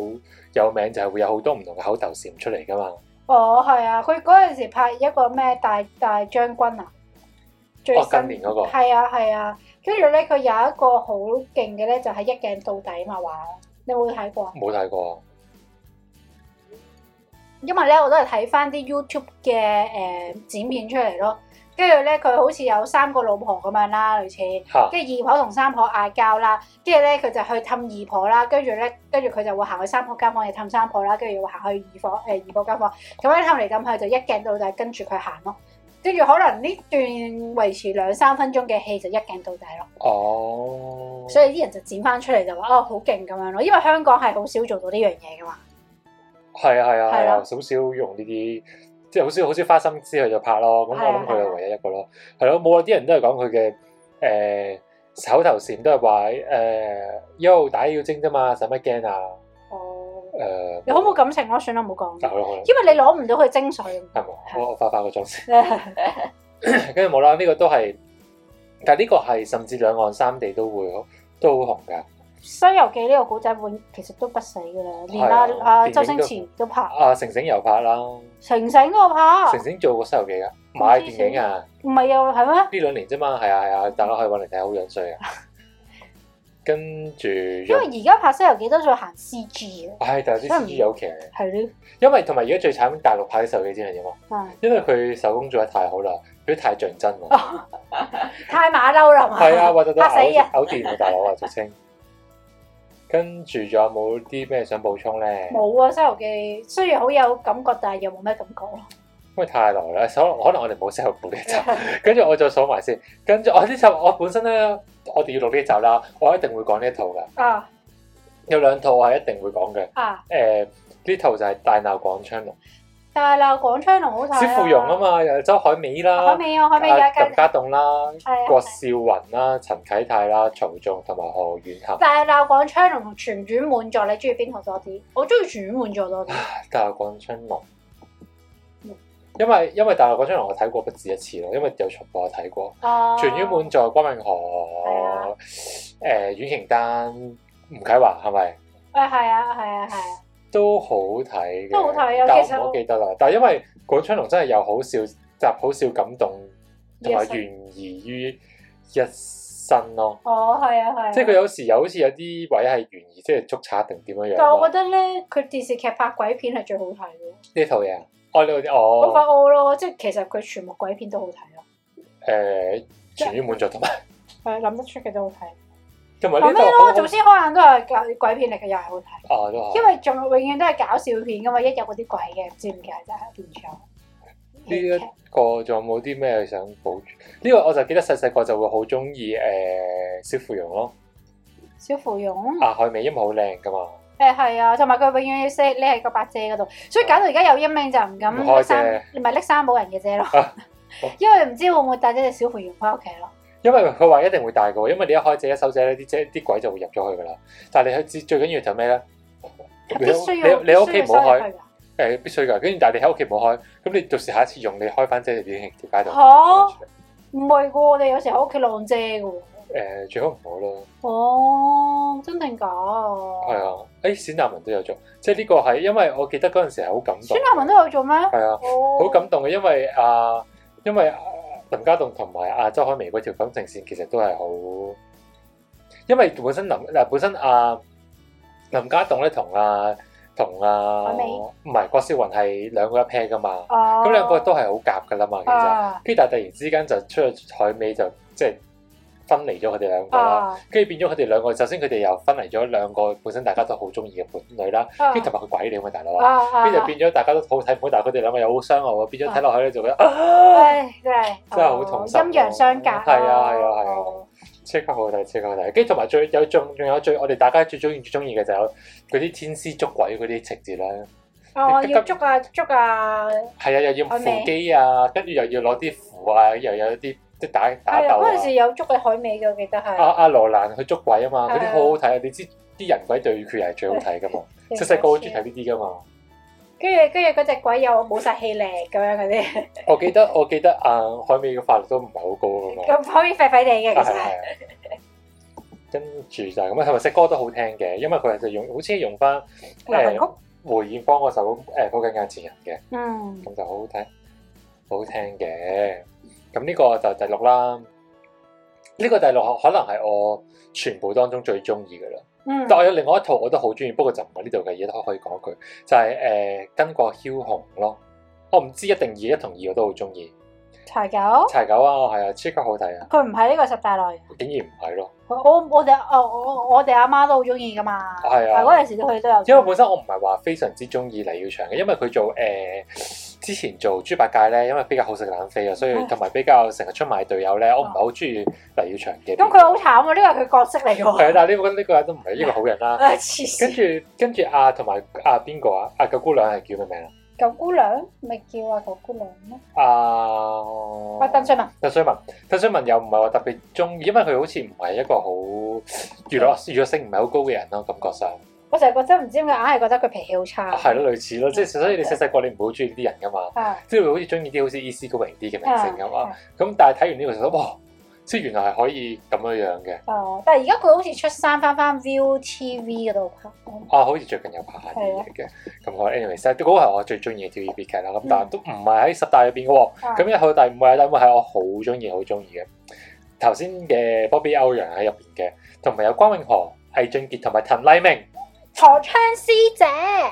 Speaker 1: 有名，就係會有好多唔同嘅口頭禪出嚟噶嘛。
Speaker 2: 哦，係啊，佢嗰陣時拍一個咩大大將軍啊，最
Speaker 1: 哦，近年嗰個
Speaker 2: 係啊係啊，跟住咧佢有一個好勁嘅咧，就係一鏡到底嘛話，你有冇睇過啊？
Speaker 1: 冇睇過，
Speaker 2: 因為咧我都係睇翻啲 YouTube 嘅誒、呃剪片出嚟咯，跟住咧佢好似有三個老婆咁樣啦，類似。
Speaker 1: 嚇
Speaker 2: 跟住二婆同三婆嗌交啦，跟住咧佢就去氹二婆啦，跟住咧跟住佢就會行去三婆間房又氹三婆啦，跟住又行去二房誒、呃二婆間房，咁樣氹嚟氹去就一鏡到底跟住佢行咯，跟住可能呢段維持兩三分鐘嘅戲就一鏡到底咯，
Speaker 1: 哦，
Speaker 2: 所以啲人就剪翻出嚟就話哦好勁咁樣咯，因為香港係好少做到呢樣嘢噶嘛，
Speaker 1: 係啊係啊係
Speaker 2: 係
Speaker 1: 啊，
Speaker 2: 啦
Speaker 1: 少少用呢啲。即係好少好少花心思去就拍咯，咁我
Speaker 2: 係啊
Speaker 1: 諗
Speaker 2: 係
Speaker 1: 佢係
Speaker 2: 啊
Speaker 1: 唯一一個咯，係咯，冇啊！啲人都係講佢嘅誒口頭禪都係話誒，優打妖精啫嘛，使乜驚啊？
Speaker 2: 哦，
Speaker 1: 誒，
Speaker 2: 你好冇感情咯，算啦唔好講，
Speaker 1: 但係可能
Speaker 2: 因為你攞唔到佢精髓，
Speaker 1: 係咪？啊我我化化個妝 先。
Speaker 2: 係
Speaker 1: 跟住冇啦，呢、個都係，但係呢個係甚至兩岸三地都會都好紅㗎。
Speaker 2: 《西遊記》呢個古仔本其實都不死噶啦，連阿
Speaker 1: 係啊
Speaker 2: 阿
Speaker 1: 電影
Speaker 2: 周星
Speaker 1: 都
Speaker 2: 馳都拍。
Speaker 1: 啊，成成又拍啦，
Speaker 2: 成成嗰個拍
Speaker 1: 成，成做過《西遊記》㗎，買電影啊，
Speaker 2: 唔係又係咩？
Speaker 1: 呢兩年啫嘛，係啊係啊，大家可以揾嚟睇，好 樣衰啊。跟住
Speaker 2: 因
Speaker 1: 又，
Speaker 2: 為而家拍《西遊記》都仲行 C G 嘅，
Speaker 1: 唉，但係啲 C G 有劇，
Speaker 2: 係咧，
Speaker 1: 因為同埋而家最慘，大陸拍啲《西遊記》先係點啊？
Speaker 2: 啊
Speaker 1: 因為佢手工做得太好啦，佢太像真啦。
Speaker 2: 太馬騮啦嘛，
Speaker 1: 係啊，或者都
Speaker 2: 嚇死
Speaker 1: 嘔
Speaker 2: 人
Speaker 1: 嘔電啊，大佬啊，直清。跟住仲有冇啲咩想補充咧？
Speaker 2: 冇啊，《西遊記》雖然好有感覺，但係又冇咩感覺咯。
Speaker 1: 因為太耐啦，可能可能我哋冇適合錄 呢一集，跟住我再數埋先。跟住我哦呢集我本身咧，我哋要錄呢一集啦，我一定會講呢一套噶。
Speaker 2: 啊
Speaker 1: 有兩套我係一定會講嘅。
Speaker 2: 啊！
Speaker 1: 誒、呃呢套就係《大鬧廣昌隆
Speaker 2: 大鬧廣昌隆好》，睇啊，
Speaker 1: 小芙蓉啊嘛，又有周海媚
Speaker 2: 海
Speaker 1: 啦，
Speaker 2: 味啊，海味
Speaker 1: 啊
Speaker 2: 有
Speaker 1: 林
Speaker 2: 間
Speaker 1: 家棟啦，
Speaker 2: 係
Speaker 1: 郭
Speaker 2: 啊。
Speaker 1: 少雲啦，陳啟泰啦，曹仲同埋何遠恒。
Speaker 2: 大鬧廣昌隆同全院滿座，你中意邊套多啲？我中意全院滿座多啲。
Speaker 1: 大陸廣昌隆
Speaker 2: 嗯，
Speaker 1: 因為因為大陸廣昌隆我睇過不止一次咯，因為有重播我睇過
Speaker 2: 哦
Speaker 1: 《全院滿座》關
Speaker 2: 係
Speaker 1: 詠
Speaker 2: 啊
Speaker 1: 荷、誒阮瓊丹、吳啟華係咪
Speaker 2: 誒係啊係啊係啊，
Speaker 1: 都好睇嘅？
Speaker 2: 都好睇啊
Speaker 1: 但
Speaker 2: 其實
Speaker 1: 我唔好
Speaker 2: 我
Speaker 1: 記得啦。但係因為廣昌隆真係又好笑集好笑感動同埋
Speaker 2: 一生
Speaker 1: 懸疑於一身咯，
Speaker 2: 哦係啊係啊。
Speaker 1: 即係佢有時又好似有啲位係懸疑，即係捉賊定點樣樣
Speaker 2: 但我
Speaker 1: 咯。
Speaker 2: 覺得咧，佢電視劇拍鬼片係最好睇嘅。
Speaker 1: 呢套嘢啊，我呢套
Speaker 2: 我
Speaker 1: 哦
Speaker 2: 發我咯，即係其實佢全部鬼片都好睇啊咯，
Speaker 1: 誒全院滿座同埋。
Speaker 2: 係諗得出嘅都好睇。
Speaker 1: 同埋
Speaker 2: 後
Speaker 1: 呢
Speaker 2: 尾
Speaker 1: 度
Speaker 2: 咯，
Speaker 1: 好
Speaker 2: 祖先開眼都係鬼鬼片嚟嘅，又係好睇。
Speaker 1: 好啊，都係
Speaker 2: 因為仲永遠都係搞笑片噶嘛，一有嗰啲鬼嘅，唔知點解真係變咗。
Speaker 1: 呢一個仲有冇啲咩想補充？呢個我就記得細細個就會好中意誒小芙蓉咯，
Speaker 2: 小芙蓉，
Speaker 1: 啊海美因為好靚噶嘛，
Speaker 2: 誒係啊，同埋佢永遠要 set 匿喺個八姐嗰度，所以搞到而家有陰影就唔敢
Speaker 1: 唔
Speaker 2: 拎
Speaker 1: 開遮
Speaker 2: 衫，唔係拎衫冇人嘅啫
Speaker 1: 啊
Speaker 2: 咯。 因為唔知會唔會帶咗隻小芙蓉翻屋企咯。
Speaker 1: 因為佢話一定會大個，因為你一開遮一收遮咧，啲遮啲鬼就會入咗去噶啦。但係你去最最緊要就咩咧？
Speaker 2: 啊必
Speaker 1: 你
Speaker 2: 須要
Speaker 1: 你你屋企唔好開
Speaker 2: 必須要收入去㗎
Speaker 1: 誒必須㗎，跟住但係你喺屋企唔好開，咁你到時下一次用你開翻遮就已經喺條街度
Speaker 2: 哦嚇唔係噶，我哋有時喺屋企晾遮嘅喎。
Speaker 1: 誒最好唔好咯，
Speaker 2: 哦，真定假
Speaker 1: 係
Speaker 2: 啊？
Speaker 1: 啊，誒冼達文都有做，即係呢個係因為我記得嗰陣時係好感動，
Speaker 2: 孫立文都有做咩？
Speaker 1: 係啊。好
Speaker 2: 好
Speaker 1: 感動嘅，因為啊，因為啊林家棟同埋啊周海媚嗰條感情線其實都係好，因為本身林嗱本身啊林家棟咧同啊同啊
Speaker 2: 海媚
Speaker 1: 唔係郭少雲係兩個一 pair 噶嘛，
Speaker 2: 哦，
Speaker 1: 咁兩個都係好夾噶啦嘛，其實，
Speaker 2: 啊
Speaker 1: 跟住但係突然之間就出咗海媚就即係分離咗佢哋兩個啦，
Speaker 2: 啊
Speaker 1: 跟住變咗佢哋兩個，首先佢哋又分離咗兩個本身大家都好中意嘅伴侶啦，
Speaker 2: 啊
Speaker 1: 跟住同埋佢鬼料嘛大佬啊。
Speaker 2: 啊
Speaker 1: 跟住就變咗大家都好睇唔好，但係佢哋兩個又好相愛喎，變咗睇落去咧就覺得啊，
Speaker 2: 唉，真係
Speaker 1: 真係好痛心
Speaker 2: 哦陰陽相隔咯。
Speaker 1: 係啊係啊係啊
Speaker 2: 哦
Speaker 1: 超級好睇，超級好睇。跟住同埋最有仲仲有最我哋大家最中意最中意嘅就有嗰啲天師捉鬼嗰啲情節啦，
Speaker 2: 哦，要捉啊捉啊，
Speaker 1: 係啊，又要
Speaker 2: 我
Speaker 1: 扶機啊，跟住又要攞啲符啊，又有啲即係打打
Speaker 2: 係啊，
Speaker 1: 鬥
Speaker 2: 嗰陣時
Speaker 1: 啊。
Speaker 2: 有捉嘅海味嘅，我記得
Speaker 1: 阿
Speaker 2: 係。
Speaker 1: 阿羅蘭去捉鬼啊嘛，嗰啲
Speaker 2: 係啊
Speaker 1: 好好睇啊！你知啲人鬼對決係最好睇噶嘛，
Speaker 2: 啊
Speaker 1: 細細個好中意睇呢啲噶嘛。
Speaker 2: 跟住跟住嗰只鬼又冇晒氣力咁樣嗰啲，
Speaker 1: 我記得我記得啊，海美嘅法律都唔係好高噶嘛。
Speaker 2: 咁可以廢廢地嘅
Speaker 1: 啊
Speaker 2: 其
Speaker 1: 係
Speaker 2: 實。
Speaker 1: 係。 跟住就係咁啊，同埋隻歌都好聽嘅，因為佢係就用好似用翻
Speaker 2: 流行曲，
Speaker 1: 梅艷芳嗰首誒《抱緊眼前人》嘅，
Speaker 2: 嗯，
Speaker 1: 咁就好好聽，好好聽嘅。咁呢個就第六啦。呢、個第六可能係我全部當中最中意嘅啦。
Speaker 2: 嗯，
Speaker 1: 但我有另外一套我都好中意，不過就唔係呢度嘅嘢都可以講一句，就係、誒、巾幗梟雄咯。我唔知一定二一同二我都好中意，
Speaker 2: 柴狗，
Speaker 1: 柴九啊，係啊，超級好睇啊，
Speaker 2: 佢唔係呢個十大內嘅。
Speaker 1: 竟然唔係咯。
Speaker 2: 我我哋我我我哋阿媽都好中意噶嘛，
Speaker 1: 係啊
Speaker 2: 嗰陣時都佢都有。
Speaker 1: 因為本身我唔係話非常之中意黎耀祥嘅，因為佢做誒、呃之前做豬八戒咧，因為比較好食懶飛啊，所以同埋比較成日出賣隊友咧，我唔係好中意黎耀祥嘅。
Speaker 2: 咁佢好慘啊！呢個係佢角色嚟嘅
Speaker 1: 係啊，
Speaker 2: 喎。
Speaker 1: 但係呢個呢個人都唔係一個好 人啦。
Speaker 2: 啊！黐
Speaker 1: 跟
Speaker 2: 線，
Speaker 1: 住跟住啊，同埋啊邊個啊？啊九姑娘係叫咩名啊？
Speaker 2: 九姑娘咪叫啊九姑娘咩？
Speaker 1: 啊
Speaker 2: 啊鄧萃雯，
Speaker 1: 鄧萃雯，鄧萃雯又唔係話特別中意，因為佢好似唔係一個好娛樂
Speaker 2: 嗯
Speaker 1: 娛樂性唔係好高嘅人咯，感覺上
Speaker 2: 我成日覺得唔知點解硬係覺得佢脾氣好差。
Speaker 1: 啊係咯，類似咯，即係所以你細細個你唔會好中意呢啲人噶嘛，
Speaker 2: 啊。
Speaker 1: 即係會好似中意啲好似 E.C. 高榮啲嘅明星噶嘛
Speaker 2: 啊。
Speaker 1: 咁但係睇完呢個就覺得哇，即係原來係可以咁樣樣嘅。
Speaker 2: 哦，但係而家佢好似出山翻翻 ViuTV 嗰度哦拍。
Speaker 1: 啊，好似最近有拍下啲嘢嘅，咁我 anyways 咧，嗰個係我最中意嘅 TVB 劇啦。咁但係都唔係喺十大入邊嘅喎。
Speaker 2: 啊
Speaker 1: 咁一去到第五位，第五位係我好中意、好中意嘅。頭先嘅 Bobby 歐陽喺入邊嘅，同埋有關永河、魏俊傑同埋滕麗明，
Speaker 2: 陀槍師姐。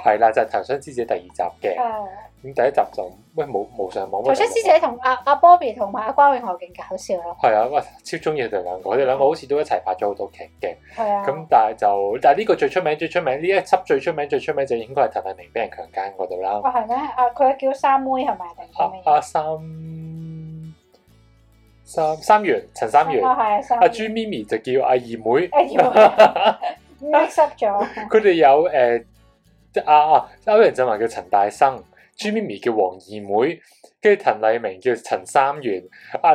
Speaker 1: 係啦，就係《頭商之姐》第二集嘅。
Speaker 2: 啊！
Speaker 1: 咁第一集就喂冇冇上網。
Speaker 2: 陀槍師姐同阿阿 Bobby 同埋阿關永河勁搞笑咯。
Speaker 1: 係啊，哇！超中意佢哋兩個，佢哋兩個好似都一齊拍咗好多劇嘅。
Speaker 2: 係啊。
Speaker 1: 咁但係就，但係呢個最出名、最出名呢一輯最出名、最出名就應該係滕麗明俾人強姦嗰度啦。
Speaker 2: 哦，係咩？啊，佢叫三妹係咪定
Speaker 1: 啊
Speaker 2: 係咩？
Speaker 1: 啊三三三元，陳三元，
Speaker 2: 啊，係啊， 三妹。
Speaker 1: 阿朱咪咪就叫阿二妹，
Speaker 2: 哎呀 mix up 咗，
Speaker 1: 佢哋有誒即係啊啊歐陽震華叫陳大生，朱咪咪叫黃二妹，跟住滕麗明叫陳三元，阿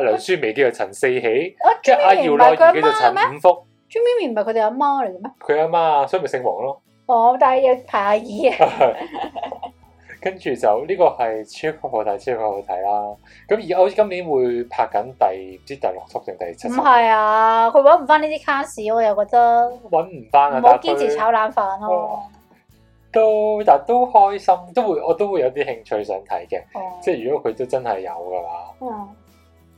Speaker 1: 梁舒眉叫陳四喜，
Speaker 2: 我哦朱
Speaker 1: 跟住阿
Speaker 2: 咪咪
Speaker 1: 姚
Speaker 2: 唔係
Speaker 1: 樂
Speaker 2: 佢阿
Speaker 1: 兒叫做
Speaker 2: 媽咩？
Speaker 1: 陳五福，
Speaker 2: 朱咪咪唔係佢哋阿媽嚟嘅咩？
Speaker 1: 佢阿媽所以咪姓黃咯。
Speaker 2: 哦，但係要排阿姨啊，
Speaker 1: 跟住就呢個係超級好睇，超級好睇啦。咁而家好似今年會拍緊第唔知第六輯定第七
Speaker 2: 唔
Speaker 1: 輯。
Speaker 2: 係啊，佢揾唔翻呢啲卡 a 我又覺得唔
Speaker 1: 揾唔翻啊！
Speaker 2: 好
Speaker 1: 但
Speaker 2: 堅
Speaker 1: 係
Speaker 2: 持
Speaker 1: 佢
Speaker 2: 炒冷飯
Speaker 1: 哦
Speaker 2: 咯。
Speaker 1: 都但係都開心，都會我都會有啲興趣想睇嘅。
Speaker 2: 哦
Speaker 1: 即係如果佢都真係有嘅話，
Speaker 2: 嗯，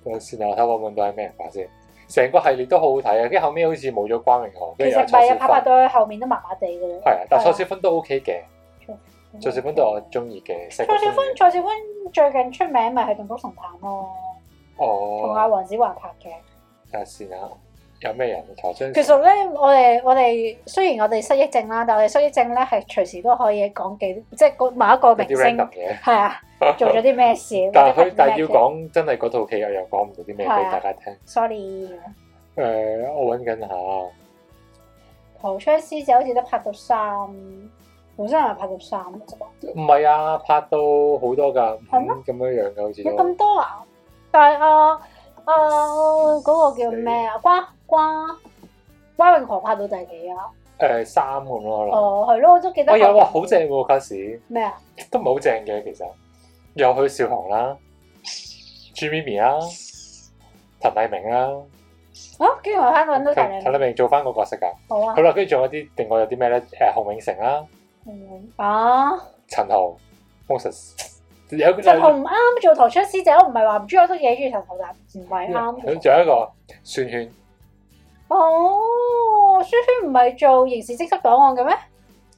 Speaker 1: 等陣先啊，我睇我揾到係咩人話先。成個系列都好好睇啊！跟住後尾好似冇咗關明河，
Speaker 2: 其
Speaker 1: 跟住
Speaker 2: 實
Speaker 1: 有
Speaker 2: 唔
Speaker 1: 蔡
Speaker 2: 係
Speaker 1: 少
Speaker 2: 啊，拍拍
Speaker 1: 芬。
Speaker 2: 到去後面都麻麻地嘅啦。
Speaker 1: 係啊，但係蔡少芬都 OK 嘅，蔡少芬都係我
Speaker 2: 蔡
Speaker 1: 中意嘅。蔡
Speaker 2: 少芬，嗯蔡少芬最近出名咪係《棟篤神探》咯，同阿
Speaker 1: 哦，
Speaker 2: 黃子華拍嘅。
Speaker 1: 等陣先啊，有咩人台張？
Speaker 2: 其實咧，我哋我哋雖然我哋失憶症啦，但我哋失憶症咧係隨時都可以講幾，即係嗰某一個
Speaker 1: 有
Speaker 2: 明
Speaker 1: 啲
Speaker 2: 星
Speaker 1: random 嘢，
Speaker 2: 係 啊，做咗啲咩事，
Speaker 1: 但係
Speaker 2: 或者
Speaker 1: 佢但係
Speaker 2: 咩
Speaker 1: 要
Speaker 2: 劇
Speaker 1: 講真係嗰套劇，我又講唔到啲咩俾
Speaker 2: 係啊
Speaker 1: 大家聽。
Speaker 2: sorry，
Speaker 1: 誒，我揾緊下。
Speaker 2: 逃槍師姐好似都拍到三，本身係咪拍到三嘅啫？
Speaker 1: 唔係啊，拍到好多㗎，
Speaker 2: 係咩
Speaker 1: 咁咁樣樣嘅好似
Speaker 2: 有
Speaker 1: 都
Speaker 2: 咁多啊？但係啊啊嗰個叫咩啊？瓜瓜瓜永河拍到第幾啊？
Speaker 1: 誒三咁咯，可能。
Speaker 2: 哦，係咯，我都記得。
Speaker 1: 我有啊，好正喎卡士，
Speaker 2: 咩啊？
Speaker 1: 都唔係好正嘅其實。有許紹雄啦，朱咪咪啦，滕麗明啦，
Speaker 2: 啊，竟然我翻揾到第
Speaker 1: 滕
Speaker 2: 兩
Speaker 1: 滕麗明做翻個角色㗎。
Speaker 2: 好啊
Speaker 1: 好！啦，跟住仲有啲另外有啲咩咧？誒洪永城啦，
Speaker 2: 嗯啊，
Speaker 1: 陳豪，Moses，有有
Speaker 2: 陳豪唔啱做逃槍師姐，我唔係話唔中意，我都幾中意陳豪，但唔係啱做
Speaker 1: 有仲有一個孫圈，
Speaker 2: 哦，舒萱唔係做刑事偵緝檔案嘅咩？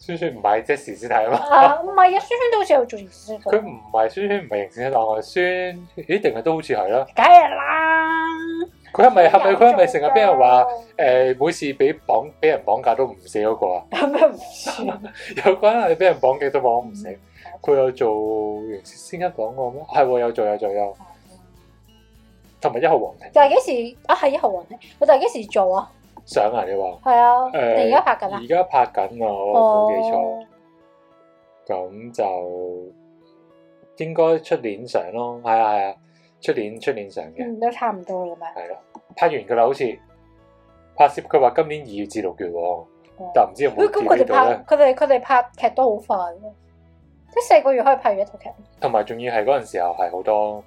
Speaker 1: 孫圈唔係即係時先睇啊 嘛。
Speaker 2: 啊，唔係啊，舒萱都好似有做刑事偵緝檔
Speaker 1: 佢
Speaker 2: 案，
Speaker 1: 唔係孫圈，唔係刑事檔案，孫咦定係都好似係啦。
Speaker 2: 梗係啦。
Speaker 1: 佢係咪係咪佢係咪成日俾人話？誒、
Speaker 2: 誒？
Speaker 1: 每次俾綁俾人綁架都唔死嗰個啊？
Speaker 2: 咁樣唔算，
Speaker 1: 有個人係俾人綁架都綁唔死，
Speaker 2: 嗯
Speaker 1: 佢有做刑事先一講過咩？係喎，有做有做有，同埋一號皇 庭
Speaker 2: 就係幾時啊？係一號雲呢我就係幾時做啊？
Speaker 1: 上啊！你話
Speaker 2: 係啊，
Speaker 1: 誒
Speaker 2: 你而家拍緊啊？哦
Speaker 1: 而家拍緊啊，我冇記錯，咁就應該出年上咯。係啊係啊，出年出年上嘅，
Speaker 2: 嗯，都差唔多啦嘛。
Speaker 1: 係咯，拍完噶啦，好似拍攝佢話今年二月至六月喎，但唔知有冇
Speaker 2: 喂咁哦佢
Speaker 1: 接
Speaker 2: 哋
Speaker 1: 到咧？
Speaker 2: 拍佢哋佢哋拍劇都好快喎，即係四個月可以拍完一套劇。
Speaker 1: 同埋仲要係嗰陣時候係好多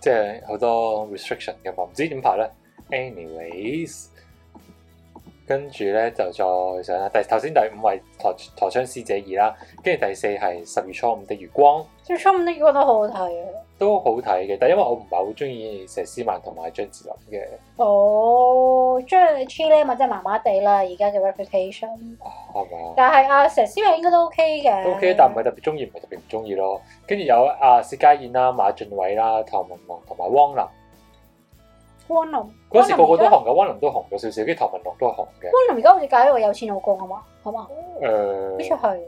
Speaker 1: 即係好多 restriction 嘅嘛，唔知點拍咧。Anyways，跟住咧就再上啦。第頭先第五位陀陀槍師姐二啦，跟住第四係十月初五的月光。
Speaker 2: 最初五呢個都好好睇啊！
Speaker 1: 都好睇嘅，但因為我唔係好中意佘詩曼同埋張智霖嘅，
Speaker 2: 哦，張 Chi 咧咪真係麻麻地啦，而家嘅 reputation。
Speaker 1: 係咪啊
Speaker 2: 但係阿佘詩曼應該都 OK 嘅。
Speaker 1: ？O K，但唔係特別中意，唔係特別唔中意咯。跟住有阿薛家燕啦、馬俊偉啦、唐文龍同埋汪林。
Speaker 2: 汪林
Speaker 1: 嗰陣時個個都
Speaker 2: 汪
Speaker 1: 紅嘅，汪林都紅咗少少，跟住唐文龍都紅嘅。
Speaker 2: 林而家好似嫁咗個有錢老公啊嘛，好嘛？
Speaker 1: 誒、
Speaker 2: 呢出係
Speaker 1: 呃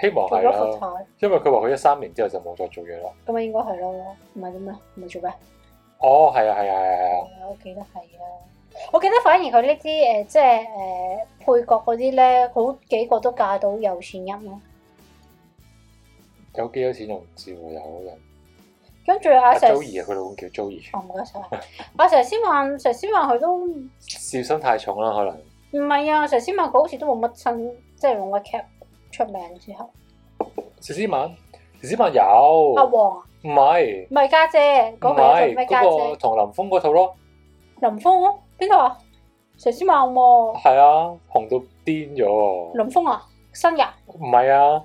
Speaker 1: 希望
Speaker 2: 做
Speaker 1: 哦係啊
Speaker 2: 咗副
Speaker 1: 啦，
Speaker 2: 太，
Speaker 1: 因為佢話佢一三年之後就冇再做嘢啦。
Speaker 2: 咁啊應該係咯，唔係點咩？唔係做咩？
Speaker 1: 哦，係啊，係啊，係啊係啊，
Speaker 2: 我記得係啊，我記得反而佢呢啲誒，即係誒、呃配角嗰啲咧，好幾個都嫁到有錢人咯。
Speaker 1: 有幾多錢用自會有人。
Speaker 2: 跟住阿
Speaker 1: 阿
Speaker 2: 石，
Speaker 1: 周怡啊，佢老公叫周怡，
Speaker 2: 哦唔該晒。阿佘詩曼，佘詩曼佢都唔
Speaker 1: 笑心太重啦，可能。
Speaker 2: 係啊，佘詩曼佢好似都冇乜親，即係冇乜劇出名之
Speaker 1: 哦
Speaker 2: 後。
Speaker 1: 佘詩曼，佘詩曼
Speaker 2: 阿
Speaker 1: 有，
Speaker 2: 黃啊
Speaker 1: 唔係。
Speaker 2: 唔係家姐，
Speaker 1: 唔
Speaker 2: 嗰個係
Speaker 1: 係
Speaker 2: 咩家姐？
Speaker 1: 嗰個同林峰嗰套咯，
Speaker 2: 林峰咯，邊度啊？佘詩曼喎，
Speaker 1: 係啊，紅到癲咗喎。
Speaker 2: 林峰啊，新人，
Speaker 1: 唔係啊，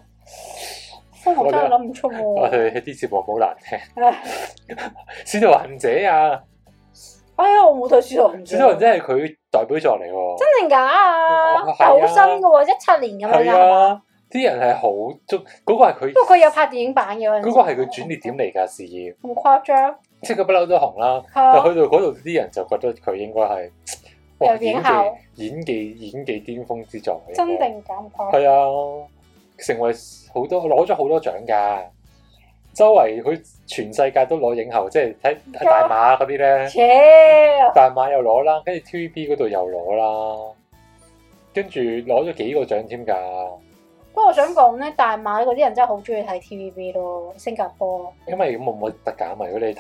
Speaker 2: 峰我真係
Speaker 1: 我
Speaker 2: 諗唔出
Speaker 1: 我
Speaker 2: 喎。
Speaker 1: 哋啲節目好難聽。使徒行者啊，
Speaker 2: 哎呀，我冇睇《使徒行者
Speaker 1: 使徒》，行者係佢代表作嚟喎。
Speaker 2: 真定假啊
Speaker 1: 哦？係啊
Speaker 2: 但好新噶喎，一七年咁樣
Speaker 1: 係
Speaker 2: 㗎係嘛？
Speaker 1: 啊，啲人係好中，嗰個係佢，
Speaker 2: 不過佢有拍電影版嘅嗰陣時
Speaker 1: 嗰個係佢轉捩點嚟㗎，事業。
Speaker 2: 咁誇張
Speaker 1: 即係佢不嬲都紅啦，
Speaker 2: 係
Speaker 1: 但
Speaker 2: 啊！
Speaker 1: 去到嗰度啲人就覺得佢應該係哇
Speaker 2: 有影效
Speaker 1: 演技演技演技巔峰之作。應該
Speaker 2: 真定假咁誇張？
Speaker 1: 係啊，成為好多攞咗好多獎㗎，周圍佢全世界都攞影后，即係睇睇大
Speaker 2: 啊
Speaker 1: 馬嗰啲咧，
Speaker 2: 切，
Speaker 1: 大馬又攞啦，跟住 TVB 嗰度又攞啦，跟住攞咗幾個獎添㗎，
Speaker 2: 不過我想講咧，大馬嗰啲人真係好中意睇 TVB 咯，新加坡。
Speaker 1: 因為咁冇乜得揀嘛。如果你
Speaker 2: 哦
Speaker 1: 睇誒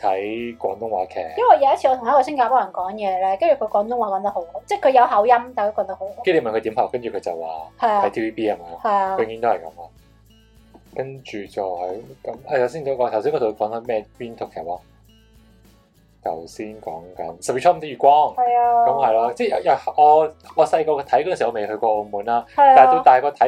Speaker 1: 睇廣東話劇，
Speaker 2: 因為有一次我同一個新加坡人講嘢咧，跟住佢廣東話講得好好，即係佢有口音，但係佢講得好好。
Speaker 1: 跟住你問佢點拍，跟住佢就話
Speaker 2: 係啊
Speaker 1: 睇，TVB 係咪啊？
Speaker 2: 係啊
Speaker 1: 永，遠都係咁啊。跟住就係咁，係頭先嗰個頭先嗰度講緊咩邊套劇啊？頭先講緊十月初五的月光，
Speaker 2: 係啊，
Speaker 1: 咁係咯，即係又我我細個睇嗰陣時，我未去過澳門啦，
Speaker 2: 係
Speaker 1: 但係到
Speaker 2: 啊，
Speaker 1: 大個睇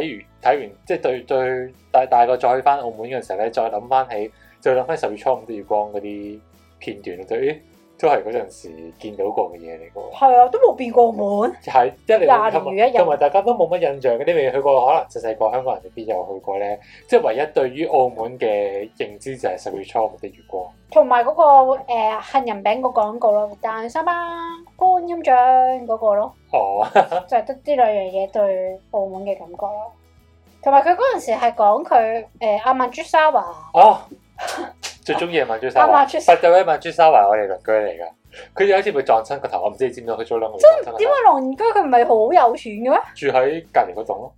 Speaker 1: 完睇完，即係對對大大個再去翻澳門嗰陣時候咧，再諗翻起，再諗翻十月初五的月光嗰啲片段，對，咦都係嗰陣時見到過嘅嘢嚟嘅喎。
Speaker 2: 係啊，都冇變過門。
Speaker 1: 係一嚟
Speaker 2: 廿
Speaker 1: 同
Speaker 2: 年如
Speaker 1: 埋
Speaker 2: 一日
Speaker 1: 同埋大家都冇乜印象嘅，你未去過，可能細細個香港人未必有去過咧。即係唯一對於澳門嘅認知就係十月初五的月光。
Speaker 2: 同埋嗰個誒杏仁餅個廣告咯，但三巴觀音像嗰個咯。
Speaker 1: 哦，
Speaker 2: 就係得呢兩樣嘢對澳門嘅感覺咯。同埋佢嗰陣時係講佢誒阿曼珠沙華，
Speaker 1: 哦，最中意係曼珠沙
Speaker 2: 啊
Speaker 1: 華，
Speaker 2: 曼珠沙
Speaker 1: 佛就喺曼珠沙華，我哋鄰居嚟㗎。佢有一次咪撞親個頭，我唔知你知唔知佢早兩個月撞親個
Speaker 2: 點
Speaker 1: 頭
Speaker 2: 解鄰居佢唔係好有錢嘅咩？
Speaker 1: 住喺隔離嗰棟咯。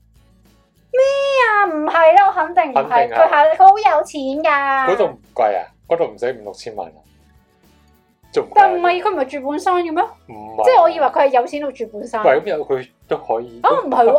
Speaker 2: 啊，唔係啦，我肯定唔係，
Speaker 1: 肯定係啊
Speaker 2: 佢係佢好有錢
Speaker 1: 嗰棟
Speaker 2: 㗎。
Speaker 1: 唔貴啊，嗰棟唔使五六千萬啊，仲貴啊
Speaker 2: 但唔係佢唔係住半山嘅咩？
Speaker 1: 唔係，
Speaker 2: 即係我以為啊佢係有錢到住半山。
Speaker 1: 喂咁有佢都可以。
Speaker 2: 啊，唔係喎，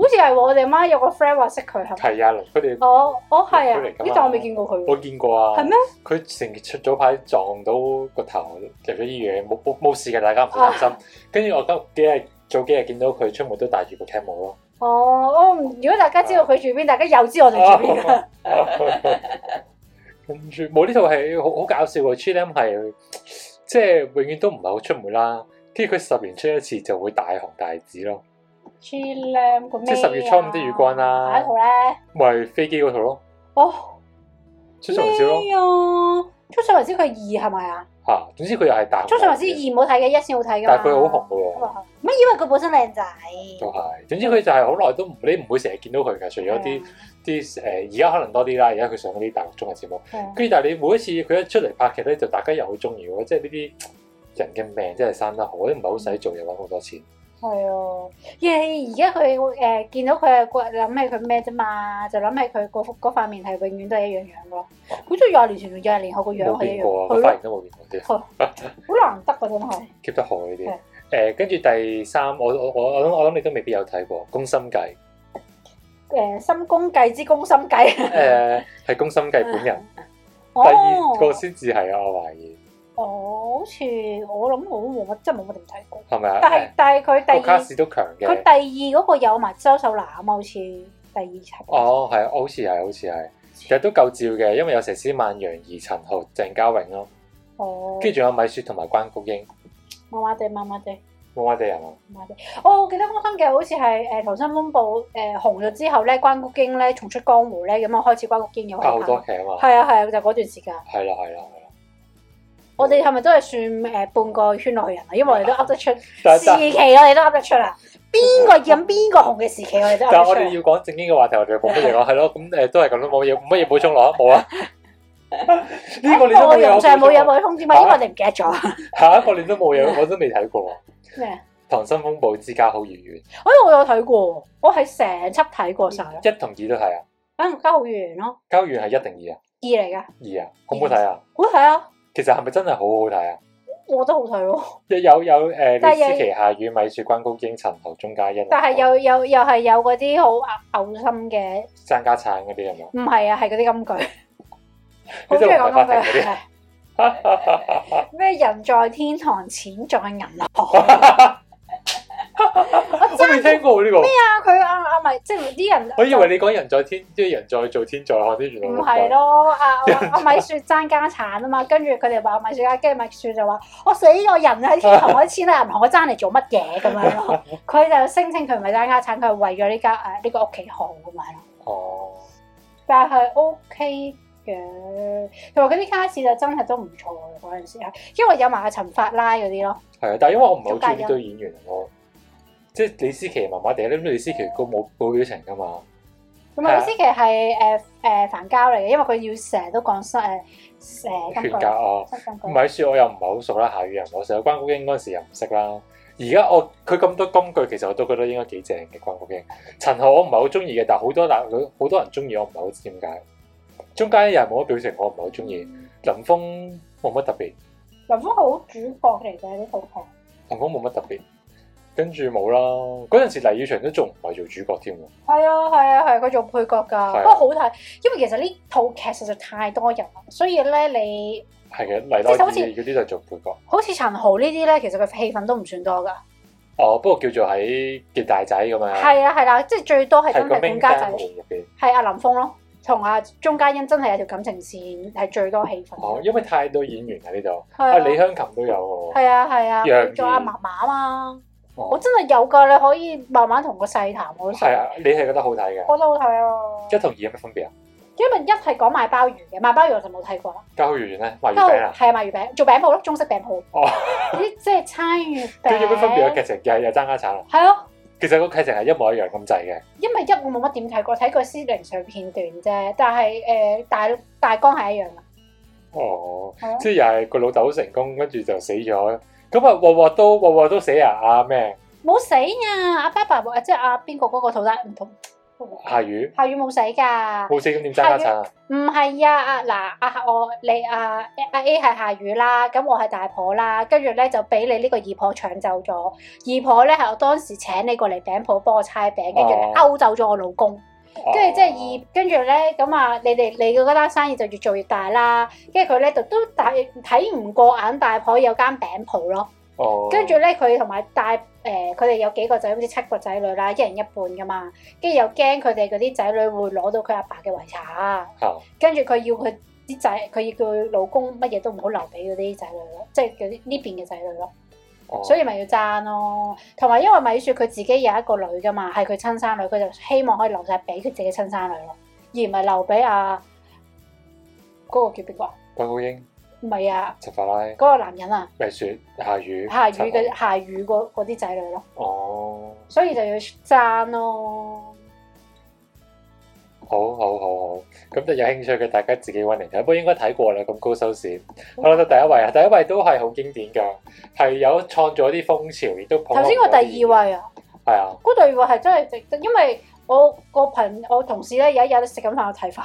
Speaker 2: 好似係喎我哋媽有個 friend 話識佢係 咪？
Speaker 1: 係啊，鄰居哋
Speaker 2: 哦，哦係啊，
Speaker 1: 佢嚟㗎嘛
Speaker 2: 呢但我未見過佢喎。
Speaker 1: 我見過啊。
Speaker 2: 係咩？
Speaker 1: 佢成日出早排撞到個頭入咗醫院，冇冇冇事嘅，大家唔使擔心。
Speaker 2: 啊
Speaker 1: 跟住我今幾日早幾日見到佢出門都戴住個 cam 帽咯。
Speaker 2: 哦，我唔如果大家知道佢住邊，大家又知我哋住
Speaker 1: 哦
Speaker 2: 邊啦。
Speaker 1: 跟住冇呢套戲好好搞笑喎 c h i l l m 係即係永遠都唔係好出門啦。跟住佢十年出一次就會大紅大紫咯，
Speaker 2: G Lam 個咩
Speaker 1: 即係十月初五啲月光啦
Speaker 2: 下一套咧。
Speaker 1: 咪飛機嗰套咯，
Speaker 2: 哦，
Speaker 1: 出上雲霄咯
Speaker 2: 咩啊？出上雲霄佢係二係咪啊？
Speaker 1: 嚇、總之佢又係大紅
Speaker 2: 出上
Speaker 1: 大
Speaker 2: 雲
Speaker 1: 紫，
Speaker 2: 霄二唔好睇嘅，一先啊好睇㗎嘛。
Speaker 1: 但係佢好紅啊嘅喎。
Speaker 2: 紅。乜以為佢本身靚仔？
Speaker 1: 都係，總之佢就係好耐都唔，你唔會成日見到佢嘅，除
Speaker 2: 啊
Speaker 1: 咗啲啲誒，而家可能多啲啦，而家佢上嗰啲大陸綜藝節目，
Speaker 2: 係啊
Speaker 1: 跟住但係你每一次佢一出嚟拍劇咧，就大家又好中意喎，即係呢啲人嘅命真係生得好，你唔係好使做又揾好多錢，
Speaker 2: 係啊，而而家佢誒見到佢個諗起佢咩啫嘛，就諗起佢嗰嗰塊面係永遠都係一樣樣噶咯。好似廿年前同廿年後個樣
Speaker 1: 哦冇
Speaker 2: 係一
Speaker 1: 變
Speaker 2: 樣，
Speaker 1: 過啊，
Speaker 2: 係
Speaker 1: 個髮
Speaker 2: 咯，
Speaker 1: 型都冇變過啲
Speaker 2: 好難得啊真係。
Speaker 1: ，keep 得好呢啲
Speaker 2: 係。
Speaker 1: 誒，跟住第三，我我我我諗我諗你都未必有睇過《宮心 計》，
Speaker 2: 誒心公計之攻心計，
Speaker 1: 誒係《宮心計》本人，
Speaker 2: 第
Speaker 1: 第
Speaker 2: 哦
Speaker 1: 二個先至係啊，我懷疑
Speaker 2: 哦，好似我諗我都冇乜，真係冇乜點睇過。
Speaker 1: 係咪
Speaker 2: 但係
Speaker 1: 啊？
Speaker 2: 但係佢
Speaker 1: 誒個
Speaker 2: 第
Speaker 1: 卡
Speaker 2: 二
Speaker 1: 士都強
Speaker 2: 佢
Speaker 1: 嘅，
Speaker 2: 第二嗰個有埋周秀娜啊嘛，好似第二集。
Speaker 1: 哦係，好似係好似係，其實都夠照嘅，因為有佘詩曼、楊怡、陳豪、鄭嘉穎咯，
Speaker 2: 哦，
Speaker 1: 跟住仲有米雪同埋關菊英，
Speaker 2: 麻麻地，麻麻地。
Speaker 1: 冇乜地人啊，
Speaker 2: 麻麻地哦，我記得《安心嘅好似係誒《溏心風暴》誒紅咗之後咧，關谷英咧重出江湖咧，咁啊開始關谷英有戲
Speaker 1: 拍好多
Speaker 2: 拍。
Speaker 1: 劇啊嘛，
Speaker 2: 係啊係啊，就嗰段時間，
Speaker 1: 係啦係啦係啦，
Speaker 2: 我哋係咪都係算誒半個圈內人啊？因為我哋都噏得出時
Speaker 1: 但但
Speaker 2: 期，我哋都噏得出啦。邊 個飲邊個紅嘅時期，我哋都
Speaker 1: 但係
Speaker 2: 噏
Speaker 1: 我
Speaker 2: 得
Speaker 1: 哋
Speaker 2: 出啦。
Speaker 1: 要講正經嘅話題，我哋冇乜 嘢講，係咯，咁誒都係咁咯，冇嘢冇乜嘢補充落啊，冇啊，呢個你都冇
Speaker 2: 哎內
Speaker 1: 嘢
Speaker 2: 容
Speaker 1: 補
Speaker 2: 上冇
Speaker 1: 充
Speaker 2: 有
Speaker 1: 啊，
Speaker 2: 冇空點啊？因為我哋唔記得咗
Speaker 1: 下一個你都冇嘢，我都未睇過
Speaker 2: 咩啊？
Speaker 1: 《溏心風暴之家好月圓》，
Speaker 2: 哎，我有睇過，我係成輯睇過晒啦。
Speaker 1: 一同二都睇啊，
Speaker 2: 反正交好完咯，
Speaker 1: 交完係一定二啊，
Speaker 2: 二嚟噶，
Speaker 1: 二啊，好唔好睇啊？
Speaker 2: 好睇啊，
Speaker 1: 其實係咪真係好好睇啊？
Speaker 2: 我覺得好睇咯。
Speaker 1: 有有有誒，
Speaker 2: 但係
Speaker 1: 李
Speaker 2: 又
Speaker 1: 思琪、夏雨、米雪、關高英、陳豪、鐘嘉欣，
Speaker 2: 但係又又又係有嗰啲好嘔心嘅，
Speaker 1: 爭家產嗰啲係嘛？
Speaker 2: 唔係啊，係嗰啲金句， 好中
Speaker 1: 呢
Speaker 2: 意
Speaker 1: 啲係
Speaker 2: 講啊
Speaker 1: 唔係法
Speaker 2: 金
Speaker 1: 庭
Speaker 2: 句
Speaker 1: 嗰啲。啊
Speaker 2: 係。 咩人在天堂，錢在銀行。
Speaker 1: 我未聽過喎呢個，
Speaker 2: 啊，佢啊啊，咪即係啲人，
Speaker 1: 我以為你講人在天，即係人在做天在看啲原來
Speaker 2: 唔係咯，啊啊啊米雪爭家產啊嘛，跟住佢哋話米雪家，跟住米雪就話：我死個人喺天堂，我啲錢喺銀行，我爭嚟做乜嘢咁樣 咯？佢就聲稱佢唔係爭家產，佢係為咗呢家誒呢個屋企好咁樣咯。
Speaker 1: 哦，
Speaker 2: 但係 OK 嘅，同埋嗰啲卡士就真係都唔錯嘅嗰陣時係，因為有埋阿陳法拉嗰啲咯。
Speaker 1: 係啊，但係因為我唔係好中意呢堆演員咯，即係李思琪麻麻地咧，因為李思琪個冇冇表情噶嘛，
Speaker 2: 同埋李思琪係啊誒誒凡交嚟嘅，因為佢要成日都講新誒誒金句
Speaker 1: 勸架啊。
Speaker 2: 新金句。
Speaker 1: 米雪我又唔係好熟啦，夏雨又唔係好熟，關谷英嗰陣時又唔識啦。而家我佢咁多金句，其實我都覺得應該幾正嘅關谷英。陳豪我唔係好中意嘅，但係好多男女好多人中意，我唔係好知點解。中間又係冇乜表情，我唔係好中意。林峰冇乜特別，
Speaker 2: 林峰好主角嚟嘅呢套劇，
Speaker 1: 林峰冇乜特別，跟住冇啦。嗰陣時黎耀祥都仲唔係做主角添喎，
Speaker 2: 係啊係啊係，佢做配角㗎，
Speaker 1: 啊
Speaker 2: 不過好睇，因為其實呢套劇實在太多人啦，所以咧你
Speaker 1: 係嘅，黎諾
Speaker 2: 哦即係好似
Speaker 1: 懿嗰啲就係做配角。
Speaker 2: 好似陳豪呢啲咧，其實佢戲份都唔算多㗎。
Speaker 1: 哦，不過叫做喺傑大仔咁樣，
Speaker 2: 係啦係啦，即係最多係真
Speaker 1: 啊係個
Speaker 2: 係
Speaker 1: 名
Speaker 2: 管家
Speaker 1: 家
Speaker 2: 仔
Speaker 1: 入。邊。
Speaker 2: 係阿林峰咯，同阿鐘嘉欣真係有條感情線係最多戲份。
Speaker 1: 哦，因為太多演員喺呢度，
Speaker 2: 係
Speaker 1: 啊
Speaker 2: 啊，
Speaker 1: 李香琴都有喎。
Speaker 2: 係啊係啊，
Speaker 1: 楊
Speaker 2: 佢做阿嫲嫲啊嘛，
Speaker 1: 哦
Speaker 2: 我真係有㗎，你可以慢慢同個細談我都
Speaker 1: 係啊，你係覺得好睇嘅？
Speaker 2: 我覺得好睇啊，
Speaker 1: 一同二有咩分別啊？
Speaker 2: 因為一係講賣鮑魚嘅，賣鮑魚我就冇睇過啦。
Speaker 1: 交好月圓咧，賣月餅啊？
Speaker 2: 係啊，賣月餅做餅鋪咯，中式餅鋪。
Speaker 1: 哦
Speaker 2: 咦，即係餐月
Speaker 1: 佢
Speaker 2: 餅。
Speaker 1: 有咩分別啊？劇情又係又爭家產啊！
Speaker 2: 係啊，
Speaker 1: 其實個劇情係一模一樣咁滯嘅。
Speaker 2: 因為一我冇乜點睇過，睇過司令上片段啫，但係誒大大綱係一樣嘅。
Speaker 1: 哦
Speaker 2: 係啊，
Speaker 1: 即係又係個老豆好成功，跟住就死咗。咁啊，鑊鑊都鑊鑊都死啊！阿咩
Speaker 2: 冇死啊！阿爸爸冇即係阿邊個嗰個肚腩唔同。
Speaker 1: 夏雨
Speaker 2: 夏雨冇使㗎，
Speaker 1: 冇死咁點爭家產啊？
Speaker 2: 唔係啊，啊嗱，啊我你啊阿 A 係夏雨啦，咁我係大婆啦，跟住咧就俾你呢個二婆搶走咗，二婆咧係我當時請你過嚟餅鋪幫我猜餅，跟住
Speaker 1: 哦
Speaker 2: 你勾走咗我老公，跟住即係二，跟住咧咁啊，你哋你嗰單生意就越做越大啦，跟住佢咧就都大睇唔過眼大婆有間餅鋪咯。
Speaker 1: 二，哦
Speaker 2: 跟住咧，佢同埋帶誒，佢、哋有幾個仔，好似七個仔女啦，一人一半噶嘛。跟住又驚佢哋嗰啲仔女會攞到佢阿爸嘅遺產，
Speaker 1: 嚇
Speaker 2: 跟住佢要佢啲仔，佢要佢老公乜嘢都唔好留俾嗰啲仔女咯，即係嗰啲呢邊嘅仔女咯。
Speaker 1: 哦
Speaker 2: 所以咪要爭咯。同埋因為米雪佢自己有一個女噶嘛，係佢親生女，佢就希望可以留晒俾佢自己親生女咯，而唔係留俾阿嗰個叫邊個啊？
Speaker 1: 關高英、
Speaker 2: 唔係啊，
Speaker 1: 陳法拉、
Speaker 2: 嗰、個男人啊，
Speaker 1: 米雪、夏雨、
Speaker 2: 夏雨
Speaker 1: 陳
Speaker 2: 嘅夏雨嗰嗰啲仔女咯。
Speaker 1: 豪哦，
Speaker 2: 所以就要爭咯。
Speaker 1: 好好好好，咁就有興趣嘅大家自己揾嚟睇，不過應該睇過啦，咁高收視。好啦，到第一位啊，第一位都係好經典㗎，係有創造啲風潮，亦都捧
Speaker 2: 頭先個
Speaker 1: 紅咗
Speaker 2: 第二位啊。
Speaker 1: 係啊，
Speaker 2: 嗰對話係真係值得，因為我個朋我同事咧有一日食緊飯我睇翻，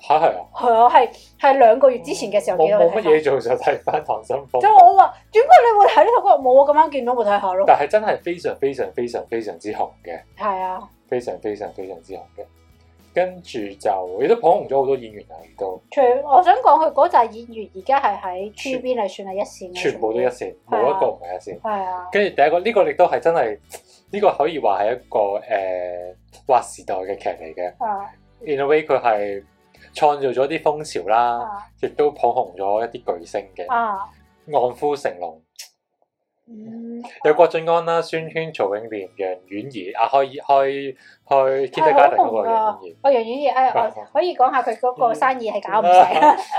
Speaker 1: 嚇係啊，
Speaker 2: 係 我係係兩個月之前嘅時候
Speaker 1: 冇
Speaker 2: 見到佢
Speaker 1: 冇乜
Speaker 2: 睇返。
Speaker 1: 嘢做就睇翻《溏心風暴
Speaker 2: 即係我話點解你會睇呢套歌？冇啊，咁啱見到咪睇下咯。
Speaker 1: 但係真係非常非常非常非常之紅嘅，
Speaker 2: 係啊，
Speaker 1: 非常非常非常之紅嘅。跟住就亦都捧紅咗好多演員啊，亦都
Speaker 2: 除我想講佢嗰扎演員而家係喺 TVB 係算係一線嘅，
Speaker 1: 全部都一線，冇一個唔係一線。
Speaker 2: 係啊，
Speaker 1: 跟住第一個呢、個亦都係真係呢、個可以話係一個誒劃、時代嘅劇嚟嘅。
Speaker 2: 啊
Speaker 1: in a way 佢係創造咗啲風潮啦，
Speaker 2: 啊
Speaker 1: 亦都捧紅咗一啲巨星嘅，
Speaker 2: 啊，
Speaker 1: 岸夫成龍、
Speaker 2: 嗯，
Speaker 1: 有郭晉安啦、孫軒、曹永廉、楊婉兒、啊開開開 k i n
Speaker 2: 係好
Speaker 1: d e 嗰個嗯
Speaker 2: 紅
Speaker 1: 楊婉
Speaker 2: 啊
Speaker 1: 兒。！
Speaker 2: 我楊婉儀，哎， 我可以講下佢嗰個生意係搞唔成，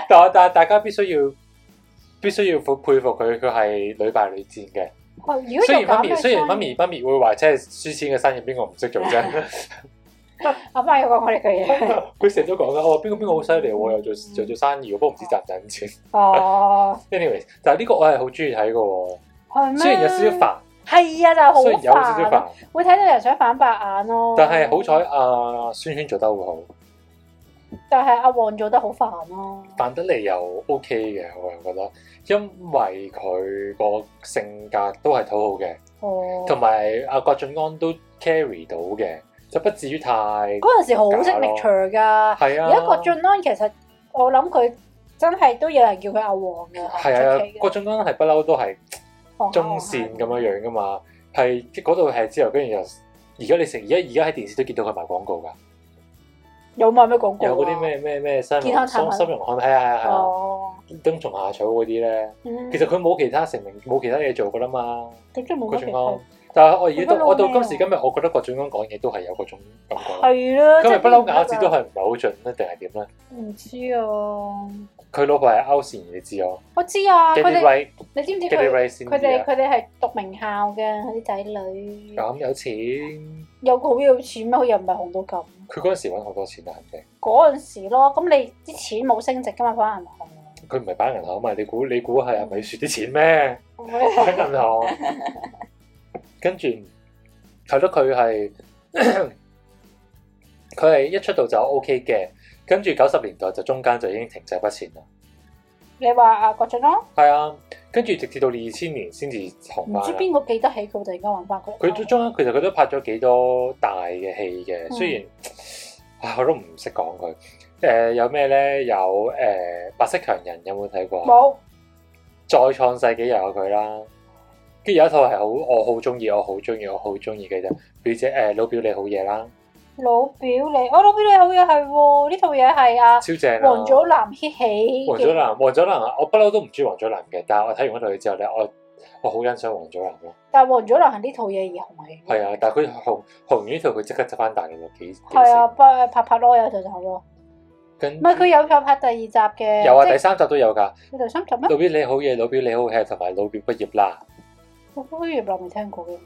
Speaker 1: 但係但係大家必須要必須要佩服佢，佢係屢敗屢戰嘅。
Speaker 2: 哇如果
Speaker 1: 雖然
Speaker 2: 做
Speaker 1: 媽
Speaker 2: 咁
Speaker 1: 咪
Speaker 2: 嘅
Speaker 1: 雖然媽
Speaker 2: 生
Speaker 1: 咪
Speaker 2: 意，
Speaker 1: 媽咪會話，即係輸錢嘅生意邊個唔識做啫？
Speaker 2: 阿媽有啊講我哋嘅嘢。
Speaker 1: 佢成日都講啦，我話邊個邊個好犀利喎，又做又做生意喎，不過唔知賺唔賺錢。
Speaker 2: 哦，
Speaker 1: anyway，但係呢個我係好中意睇嘅喎。
Speaker 2: 係咩？
Speaker 1: 雖然有少少煩，
Speaker 2: 係啊，就係好
Speaker 1: 雖然有少少
Speaker 2: 煩啊，
Speaker 1: 煩，
Speaker 2: 會睇到人想反白眼咯。
Speaker 1: 但係好，彩阿孫軒做得好好，
Speaker 2: 但係阿黃做得好煩啊咯。
Speaker 1: 扮得嚟又 OK 嘅，我又覺得，因為佢個性格都係討好嘅，
Speaker 2: 哦，
Speaker 1: 同埋阿郭晉安都 carry 到嘅，就不至於太
Speaker 2: 嗰陣時好識力場㗎。
Speaker 1: 係
Speaker 2: 哦
Speaker 1: 啊。
Speaker 2: 而家郭晉安其實我諗佢真係都有人叫佢阿黃㗎，
Speaker 1: 係
Speaker 2: 出
Speaker 1: 啊
Speaker 2: 奇，嘅
Speaker 1: 郭晉安係不嬲都係
Speaker 2: 黃
Speaker 1: 中線咁
Speaker 2: 啊。
Speaker 1: 樣樣噶嘛，係即係嗰度係之後，跟住又而家你成而家而家喺電視都見到佢賣廣告
Speaker 2: 哦
Speaker 1: 㗎，
Speaker 2: 有賣咩廣告？
Speaker 1: 有嗰啲？咩咩咩新
Speaker 2: 健康產
Speaker 1: 容
Speaker 2: 品
Speaker 1: 心容漢係啊係啊係啊。
Speaker 2: 哦，嗯
Speaker 1: 冬蟲夏草嗰啲咧，
Speaker 2: 其
Speaker 1: 其實佢冇其他成名，冇其他嘢做噶啦嘛。
Speaker 2: 佢都冇
Speaker 1: 郭
Speaker 2: 乜其
Speaker 1: 晉安
Speaker 2: 他。，
Speaker 1: 但係我而家到
Speaker 2: 佢不
Speaker 1: 我
Speaker 2: 嬲
Speaker 1: 到
Speaker 2: 咩
Speaker 1: 今時今日，我覺得郭晉安講嘢都係有嗰種感覺。
Speaker 2: 係啦，
Speaker 1: 今日
Speaker 2: 即係
Speaker 1: 不嬲咬字都係唔係好準咧，定係點咧？
Speaker 2: 唔知啊。
Speaker 1: 佢老婆係歐善怡，你知哦我。
Speaker 2: 我知啊，佢
Speaker 1: Get it
Speaker 2: 哋
Speaker 1: right,
Speaker 2: 你知唔知
Speaker 1: get
Speaker 2: 佢
Speaker 1: it right 先
Speaker 2: 佢
Speaker 1: 知
Speaker 2: 哋
Speaker 1: 啊！
Speaker 2: 佢哋係讀名校嘅，佢啲仔女
Speaker 1: 咁有錢，佢
Speaker 2: 有個好有錢咩？佢又唔係紅到咁
Speaker 1: 嗰陣時揾好多錢啊，肯定。
Speaker 2: 嗰陣時咯。咁你啲錢冇升值㗎嘛，翻銀 行。
Speaker 1: 佢唔係擺銀行啊嘛，你估你估
Speaker 2: 嗯
Speaker 1: 係阿米雪啲 錢咩？擺銀行，跟住係咯，佢係 佢係一出道就 O K 嘅，跟住九十年代就中間就已經停滯不前啦。
Speaker 2: 你話啊郭晉安，
Speaker 1: 係啊，跟住直至到二千年先至紅
Speaker 2: 唔
Speaker 1: 翻
Speaker 2: 知
Speaker 1: 啦。
Speaker 2: 邊個記得起佢，突然間揾翻佢。
Speaker 1: 佢都中間其實佢都拍咗幾多大嘅戲嘅，
Speaker 2: 嗯
Speaker 1: 雖然啊我都唔識講佢。誒、有咩咧？有誒、白色強人有冇睇過啊？
Speaker 2: 冇
Speaker 1: 再創世紀又有佢啦，跟住有一套係好我好中意，我好中意，我好中意嘅啫。表姐誒、老表你好嘢啦，
Speaker 2: 老表你，哦老表你好嘢係喎，呢套嘢係啊
Speaker 1: 超正啦！
Speaker 2: 黃祖藍 hit 起。
Speaker 1: 黃祖藍，黃祖藍啊！我不嬲都唔中意黃祖藍嘅，但係我睇完嗰套戲之後咧，我我好欣賞黃祖藍咯。
Speaker 2: 但係黃祖藍係呢套嘢而紅起。
Speaker 1: 係啊，但係佢紅紅完呢套，佢即刻執翻大陸咯，幾幾
Speaker 2: 係啊，
Speaker 1: 成
Speaker 2: 拍拍拍咯有就走咯，
Speaker 1: 跟
Speaker 2: 唔係佢有有拍第二集嘅，
Speaker 1: 有啊，
Speaker 2: 即
Speaker 1: 第
Speaker 2: 係
Speaker 1: 三集都有㗎。
Speaker 2: 佢第三集咩？
Speaker 1: 老表你好嘢，老表你好嘢，同埋老表畢業啦。
Speaker 2: 啊我好似我未聽過嘅，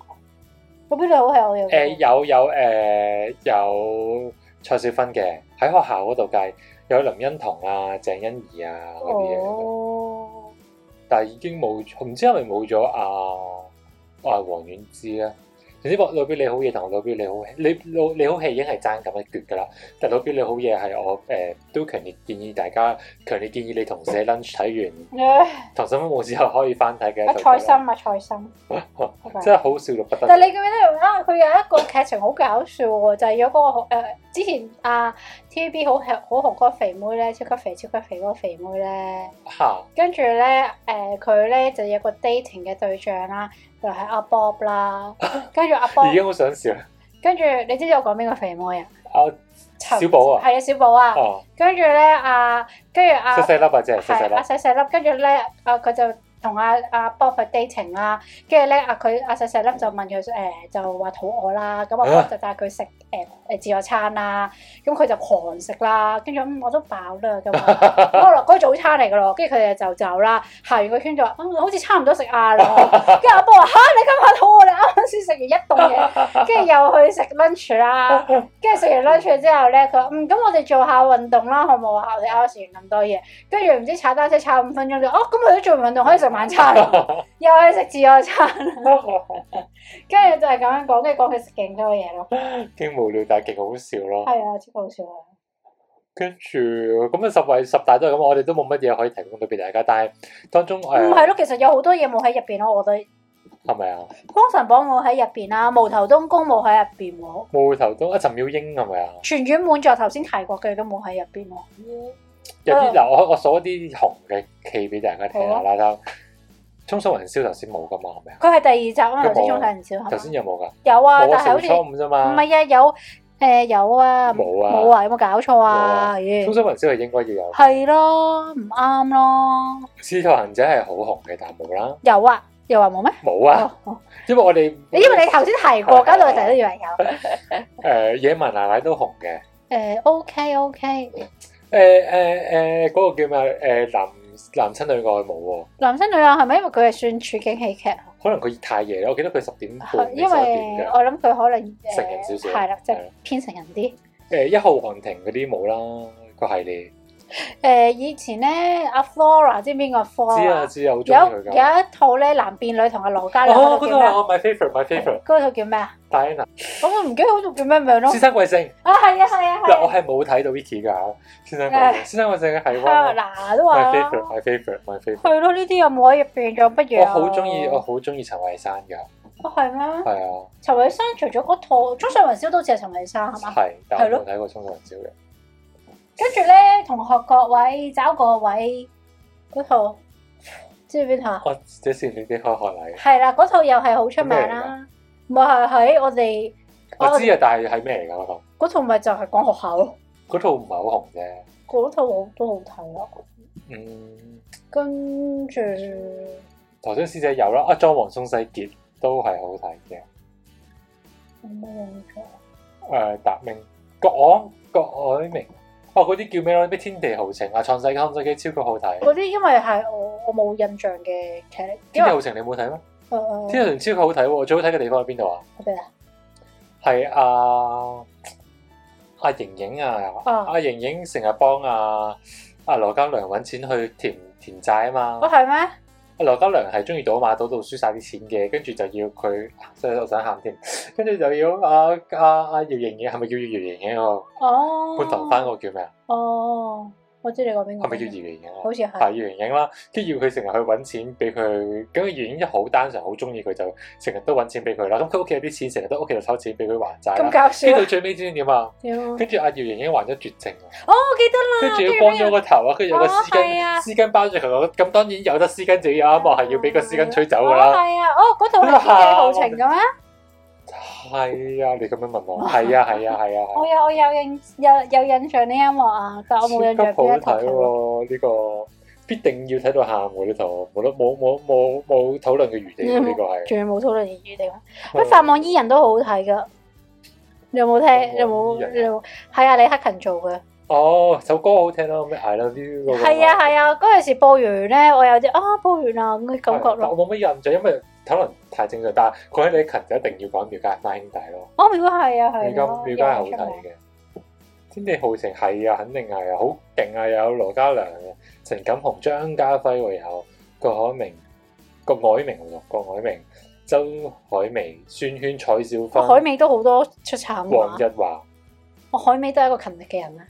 Speaker 2: 我邊度好係我有
Speaker 1: 誒、有有誒、有蔡少芬嘅喺學校嗰度計，有林欣彤啊、鄭欣宜啊嗰啲嘢嚟嘅。
Speaker 2: 哦，
Speaker 1: 但係已經冇，唔知係咪冇咗阿阿黃遠之咧？總之，老表你好嘢同老表你好戲，你老你好戲已經係爭咁一橛㗎啦。但老表你好嘢係哦我誒、都強烈建議大家，強烈建議你同事喺 lunch 睇完
Speaker 2: 唉
Speaker 1: 《溏心風暴》之後可以翻睇嘅一
Speaker 2: 阿
Speaker 1: 套劇
Speaker 2: 蔡
Speaker 1: 啦。
Speaker 2: 心啊蔡心，
Speaker 1: 真係好笑到不得
Speaker 2: 但係
Speaker 1: 了。
Speaker 2: 你記唔記得啊？佢有一個劇情好搞笑喎，就係有嗰個誒之前啊 TVB 好紅好紅嗰個肥妹咧，超級肥超級肥嗰個肥妹咧，
Speaker 1: 嚇
Speaker 2: 跟住咧誒佢咧就有個 dating 嘅對象啦，就係阿 Bob 啦，跟住阿
Speaker 1: 已
Speaker 2: Bob，
Speaker 1: 經好想笑啦。
Speaker 2: 跟住你知唔知我講邊個肥妹啊？
Speaker 1: 阿小寶啊，
Speaker 2: 係啊，小寶啊，
Speaker 1: 哦，
Speaker 2: 跟住咧啊，跟住啊
Speaker 1: 細。細粒啊，真係細細
Speaker 2: 係啊，
Speaker 1: 粒。
Speaker 2: 細細粒，跟住咧啊，佢就同阿阿 Bob 去 dating 啦，跟住咧阿佢阿細細粒就問佢誒、就話肚餓啦，咁阿
Speaker 1: 啊
Speaker 2: Bob 就帶佢食誒誒自助餐啦，咁佢就狂食啦，跟住咁我都飽啦咁啊，咁我落嗰個早餐嚟噶咯，跟住佢哋就走啦，行完個圈就話、嗯好似差唔多食晏啦， 跟住阿 Bob 話吓，你今日肚餓，你啊啱啱先食完一凍 嘢。啊跟住又去食 lunch 啦，跟住食完 lunch 之後咧，佢話嗯咁我哋做下運動啦，好唔好啊？我哋啱啱食完咁多嘢，跟住唔知踩單車踩五分鐘就哦，咁我都做完運動可以食晚餐，又可以食自助餐，跟住就係咁樣講，跟住講佢食勁多嘢咯，
Speaker 1: 勁無聊，但係勁好笑咯。
Speaker 2: 係啊，超好笑啊！
Speaker 1: 跟住咁啊，十位十大都係咁，我哋都冇乜嘢可以提供到俾大家。但係啊當中
Speaker 2: 唔係
Speaker 1: 誒
Speaker 2: 咯，其實有好多嘢冇喺入邊咯，我覺得
Speaker 1: 係咪啊？
Speaker 2: 光神榜冇喺入邊啦，無頭東宮冇喺入邊喎，
Speaker 1: 冇頭都啊，陳妙英係咪啊？
Speaker 2: 全院滿座頭先提過嘅都冇喺入邊喎，
Speaker 1: 有啲
Speaker 2: 嗯
Speaker 1: 嗱，我我數一啲紅嘅戲俾大家聽
Speaker 2: 啊
Speaker 1: 下啦。睇下沖上雲霄頭先冇噶嘛，係咪啊？
Speaker 2: 佢係第二集啊嘛，頭先
Speaker 1: 佢冇
Speaker 2: 中
Speaker 1: 啊
Speaker 2: 睇唔少係
Speaker 1: 頭
Speaker 2: 嘛
Speaker 1: 先有冇㗎？
Speaker 2: 有啊，
Speaker 1: 冇
Speaker 2: 但係好
Speaker 1: 啊，小
Speaker 2: 似。
Speaker 1: 初五啫
Speaker 2: 唔
Speaker 1: 嘛。
Speaker 2: 係啊，有誒有啊，
Speaker 1: 冇啊
Speaker 2: 冇啊，有冇搞錯啊？
Speaker 1: 沖
Speaker 2: 咦
Speaker 1: 上雲霄係應該要有。
Speaker 2: 係咯，唔啱咯，
Speaker 1: 使徒行者係好紅嘅，但係冇啦，
Speaker 2: 有啊，又話冇咩？
Speaker 1: 冇啊，
Speaker 2: 哦哦
Speaker 1: 因為我哋
Speaker 2: 因為你頭先提過，
Speaker 1: 係啊
Speaker 2: 搞到我成日都以為有。
Speaker 1: 誒野蠻奶奶都紅嘅，
Speaker 2: 誒 OK OK，
Speaker 1: 誒誒誒嗰個叫咩啊誒男男親女愛冇喎，
Speaker 2: 男星女啊，係咪因為佢係算處境喜劇啊？
Speaker 1: 可能佢太夜啦，我記得佢十點
Speaker 2: 係
Speaker 1: 半
Speaker 2: 因
Speaker 1: 定十一
Speaker 2: 為
Speaker 1: 點嘅。
Speaker 2: 我諗佢可能誒
Speaker 1: 成人少少
Speaker 2: 係啦，即
Speaker 1: 係啊
Speaker 2: 係
Speaker 1: 啦
Speaker 2: 偏成人啲。
Speaker 1: 誒一號韓庭嗰啲冇啦，個系列
Speaker 2: 誒呃以前咧，阿 Flora 知唔知邊個
Speaker 1: 知啊
Speaker 2: Flora？
Speaker 1: 知啊，好中意
Speaker 2: 有
Speaker 1: 佢
Speaker 2: 有
Speaker 1: 㗎。
Speaker 2: 一套咧，男變女同阿羅嘉良
Speaker 1: 哦，
Speaker 2: 嗰套
Speaker 1: 嗰
Speaker 2: 叫咩
Speaker 1: 套係
Speaker 2: 啊？
Speaker 1: 我 my favorite my favorite
Speaker 2: 嗰套叫咩啊？
Speaker 1: Diana
Speaker 2: 咁我唔記得嗰套叫咩名咯
Speaker 1: 先。生貴姓
Speaker 2: 啊係啊係啊係
Speaker 1: 嗱，我
Speaker 2: 啊！
Speaker 1: 係冇睇到 Vicky 㗎，先生貴姓先生貴姓 係
Speaker 2: 啊
Speaker 1: one
Speaker 2: 嗱都
Speaker 1: my
Speaker 2: 話
Speaker 1: favorite
Speaker 2: 啦。
Speaker 1: my favorite my favorite。
Speaker 2: 係咯，呢啲又冇喺入邊，仲不如
Speaker 1: 我好中意我哦好中意陳慧珊㗎，
Speaker 2: 哦，係咩？
Speaker 1: 係啊。
Speaker 2: 陳慧珊除咗嗰套《中上雲霄》都似係陳慧珊係嘛？
Speaker 1: 係，但
Speaker 2: 係
Speaker 1: 我
Speaker 2: 咯
Speaker 1: 冇睇過《衝上雲霄》嘅。
Speaker 2: 跟住咧，同學各位找個位嗰套，知唔知邊套啊？
Speaker 1: 我這是你的開學禮，
Speaker 2: 係啦，嗰套又係好出名啦。咪係喺我哋
Speaker 1: 我知啊，但係係咩嚟㗎嗰套？
Speaker 2: 嗰套咪就係講學校咯，
Speaker 1: 嗰套唔係好紅啫。
Speaker 2: 嗰套好都好睇啊。
Speaker 1: 嗯，
Speaker 2: 跟住
Speaker 1: 頭先師姐有啦，啊，莊王宋世傑都係好睇嘅。
Speaker 2: 有咩印象？
Speaker 1: 誒，達明、郭安、郭藹明，哦，嗰啲叫咩咯？咩天地豪情啊，創世創世紀超級好睇。啊
Speaker 2: 嗰啲因為係我我冇印象嘅劇嚟，因哦
Speaker 1: 天地
Speaker 2: 為呃
Speaker 1: 豪情你冇睇咩？
Speaker 2: 誒
Speaker 1: 天地豪情超級好睇喎，最好睇嘅地方喺邊度啊？
Speaker 2: 誒咩啊？
Speaker 1: 係啊，阿盈盈啊，
Speaker 2: 啊
Speaker 1: 阿盈盈成日幫阿阿羅嘉良揾錢去填填債啊嘛。
Speaker 2: 哦係咩？
Speaker 1: 羅啊嘉良係中意賭馬，賭到輸晒啲錢嘅，跟住就要佢，所以我想喊添，跟住就要阿阿阿姚瑩瑩，係咪叫姚啊瑩瑩嗰
Speaker 2: 哦，
Speaker 1: 個半唐番嗰個叫咩啊？
Speaker 2: 哦，我知你講邊個。
Speaker 1: 係咪叫姚瑩瑩啊？
Speaker 2: 好似
Speaker 1: 係
Speaker 2: 係。
Speaker 1: 姚瑩瑩啦，跟住要佢成日去揾錢俾佢，咁姚瑩瑩好單純，好中意佢就成日都揾錢俾佢啦。咁佢屋企有啲錢，成日都屋企度偷錢俾佢還債
Speaker 2: 咁
Speaker 1: 啦。
Speaker 2: 搞
Speaker 1: 跟
Speaker 2: 笑
Speaker 1: 住到
Speaker 2: 啊！
Speaker 1: 最尾知唔知點啊？
Speaker 2: 屌哦，
Speaker 1: 跟住阿姚瑩瑩患咗絕症啊，
Speaker 2: 我記得啦。
Speaker 1: 跟住要
Speaker 2: 跟住
Speaker 1: 光咗
Speaker 2: 咩
Speaker 1: 個頭啊，跟住有個絲
Speaker 2: 哦係啊
Speaker 1: 巾，絲巾包住佢個，咁當然有得絲巾就要有一幕係要俾個絲巾吹走
Speaker 2: 哦，
Speaker 1: 㗎啦。
Speaker 2: 係啊，哦，嗰套係《天地豪情》嘅 咩？
Speaker 1: 係啊，你咁樣問我，係啊，係啊，係啊，
Speaker 2: 我有我有印有有印象呢一幕啊，但我冇印象
Speaker 1: 超級好
Speaker 2: 邊一套
Speaker 1: 睇
Speaker 2: 劇。
Speaker 1: 喎！呢個必定要睇到喊喎，呢套冇得冇冇冇冇討論嘅餘地喎，呢個係。
Speaker 2: 仲要冇討論言語地方，喂，《法網伊人》都好睇噶。你有冇
Speaker 1: 法
Speaker 2: 聽？你有
Speaker 1: 網伊
Speaker 2: 冇？
Speaker 1: 人
Speaker 2: 你有冇？係啊，李克勤做嘅。
Speaker 1: 哦，首歌好聽咯，咩 I love you 嗰個嘛。
Speaker 2: 係啊係啊，嗰陣時播完咧，我有啲啊播完啦咁嘅感覺
Speaker 1: 但
Speaker 2: 咯。
Speaker 1: 我冇乜印象，因為可能太正常。但係講起李勤就一定要講苗家班兄弟咯，
Speaker 2: 哦，如果係啊係
Speaker 1: 苗
Speaker 2: 啊，
Speaker 1: 家苗家係好
Speaker 2: 有印象
Speaker 1: 睇嘅。天地浩情係啊，肯定係啊，好勁啊！有羅嘉良、陳錦鴻、張家輝會有郭海明、郭藹明、郭藹明、周海媚、孫軒、蔡少
Speaker 2: 啊海啊
Speaker 1: 芬、
Speaker 2: 美都好多出產
Speaker 1: 黃
Speaker 2: 話，
Speaker 1: 日華。
Speaker 2: 我海美都係一個勤力嘅人啊！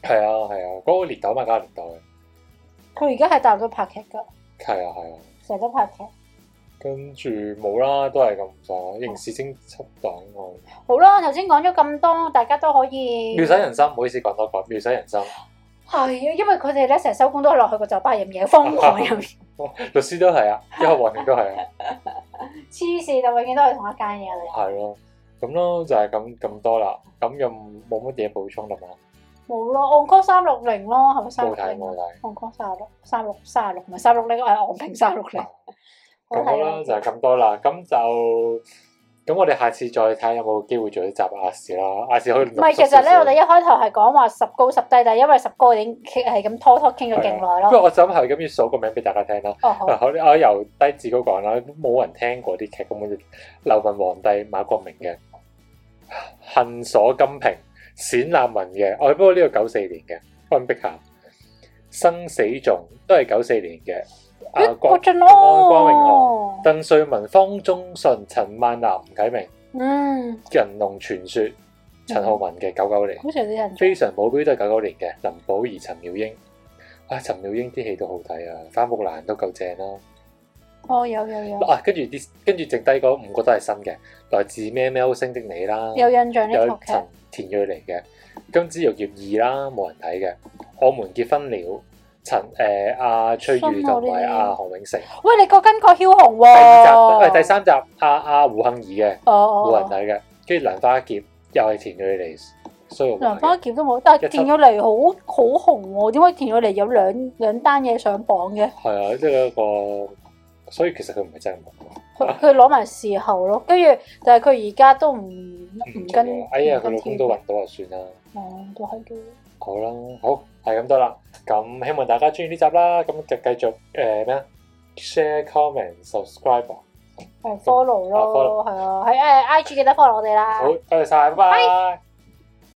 Speaker 1: 係啊係啊，嗰、個年代嘛，嗰個年代
Speaker 2: 佢而家喺大陸都拍劇㗎，
Speaker 1: 係啊係啊，
Speaker 2: 成日都拍劇。
Speaker 1: 跟住冇啦，都係咁上下刑事偵緝檔案，
Speaker 2: 好啦，頭先講咗咁多，大家都可以
Speaker 1: 妙手人心，唔好意思講多講，妙手人心，
Speaker 2: 係啊，因為佢哋咧成日收工都係落去個酒吧飲嘢，瘋狂飲 嘢，
Speaker 1: 律師都係啊，一號黃庭都係啊，
Speaker 2: 黐線就永遠都係同一間嘢嚟。
Speaker 1: 係咯，咁咯就係咁咁多啦，咁又冇乜嘢補充啦嘛，
Speaker 2: 冇咯，on call 三六零咯，係咪三六
Speaker 1: 冇睇
Speaker 2: 零
Speaker 1: 冇睇。
Speaker 2: ？on call 三六三六三六唔係三六哎零，我係昂平三六 零。
Speaker 1: 啊咁好
Speaker 2: 啊
Speaker 1: 啦，就係咁多啦。咁就咁，我哋下次再睇下有冇機會做一集亞視啦。亞視可以
Speaker 2: 唔係，其實咧，我哋一開頭係講話十高十低，但係因為十高已經傾係咁拖拖傾咗勁耐
Speaker 1: 不如
Speaker 2: 咯。
Speaker 1: 我就咁係啊咁要數個名俾大家聽啦。
Speaker 2: 哦，好，
Speaker 1: 嗱，好，我由低至高講啦，冇人聽過啲劇，根本就劉文皇帝馬國明嘅《恨鎖金瓶》，冼立文嘅，我不過呢個九四年嘅溫碧霞，《生死仲》都係九四年嘅，啊
Speaker 2: 咦郭哦
Speaker 1: 郭
Speaker 2: 俊
Speaker 1: 郭光榮
Speaker 2: 咯，
Speaker 1: 鄧萃雯、方中信、陳曼娜、吳啟明，《
Speaker 2: 嗯，
Speaker 1: 人龍傳說》，陳浩文嘅九九年。
Speaker 2: 好似有啲人
Speaker 1: 非常保鏢都係九九年嘅，林保怡、陳妙英。啊，陳妙英啲戲都好睇啊，花木蘭都夠正啦、
Speaker 2: 哦，有有有
Speaker 1: 啊。跟住啲，跟住剩低嗰五個都係新嘅，來自咩喵星的你啦，
Speaker 2: 有印象呢
Speaker 1: 有
Speaker 2: 套劇，
Speaker 1: 陳田蕊嚟嘅，金枝玉葉二啦，冇人睇嘅，我們結婚了，陳誒阿崔
Speaker 2: 新
Speaker 1: 宇
Speaker 2: 喎
Speaker 1: 同埋
Speaker 2: 呢啲哦
Speaker 1: 阿何永成。
Speaker 2: 喂，你個跟個枭雄喎，
Speaker 1: 第二集，誒第三集，阿阿胡杏兒嘅
Speaker 2: 哦，
Speaker 1: 冇啊人
Speaker 2: 哦，
Speaker 1: 睇嘅，跟住蘭花劫又係田蕊嚟，蘇玉華
Speaker 2: 梁
Speaker 1: 嘅
Speaker 2: 花劍都冇，但
Speaker 1: 啊一
Speaker 2: 係
Speaker 1: 七
Speaker 2: 田咗嚟好好紅喎，點解田咗嚟有兩兩單嘢上榜嘅？
Speaker 1: 係啊，即係一個，所以其實佢唔係真係冇。
Speaker 2: 佢佢攞埋事後咯，跟住但係佢而家都唔唔
Speaker 1: 唔
Speaker 2: 跟
Speaker 1: 緊要，哎呀，
Speaker 2: 唔
Speaker 1: 佢
Speaker 2: 跟
Speaker 1: 老公
Speaker 2: TV
Speaker 1: 都揾到就算啦。
Speaker 2: 哦，都係嘅。
Speaker 1: 好啦，好係咁多啦。咁希望大家中意呢集啦。咁就繼續誒咩啊？share、comment、subscribe 啊。
Speaker 2: 係 follow
Speaker 1: 啊，follow
Speaker 2: 咯，係啊，喺誒 IG 記得 follow 我哋啦。
Speaker 1: 好，多謝晒，拜拜。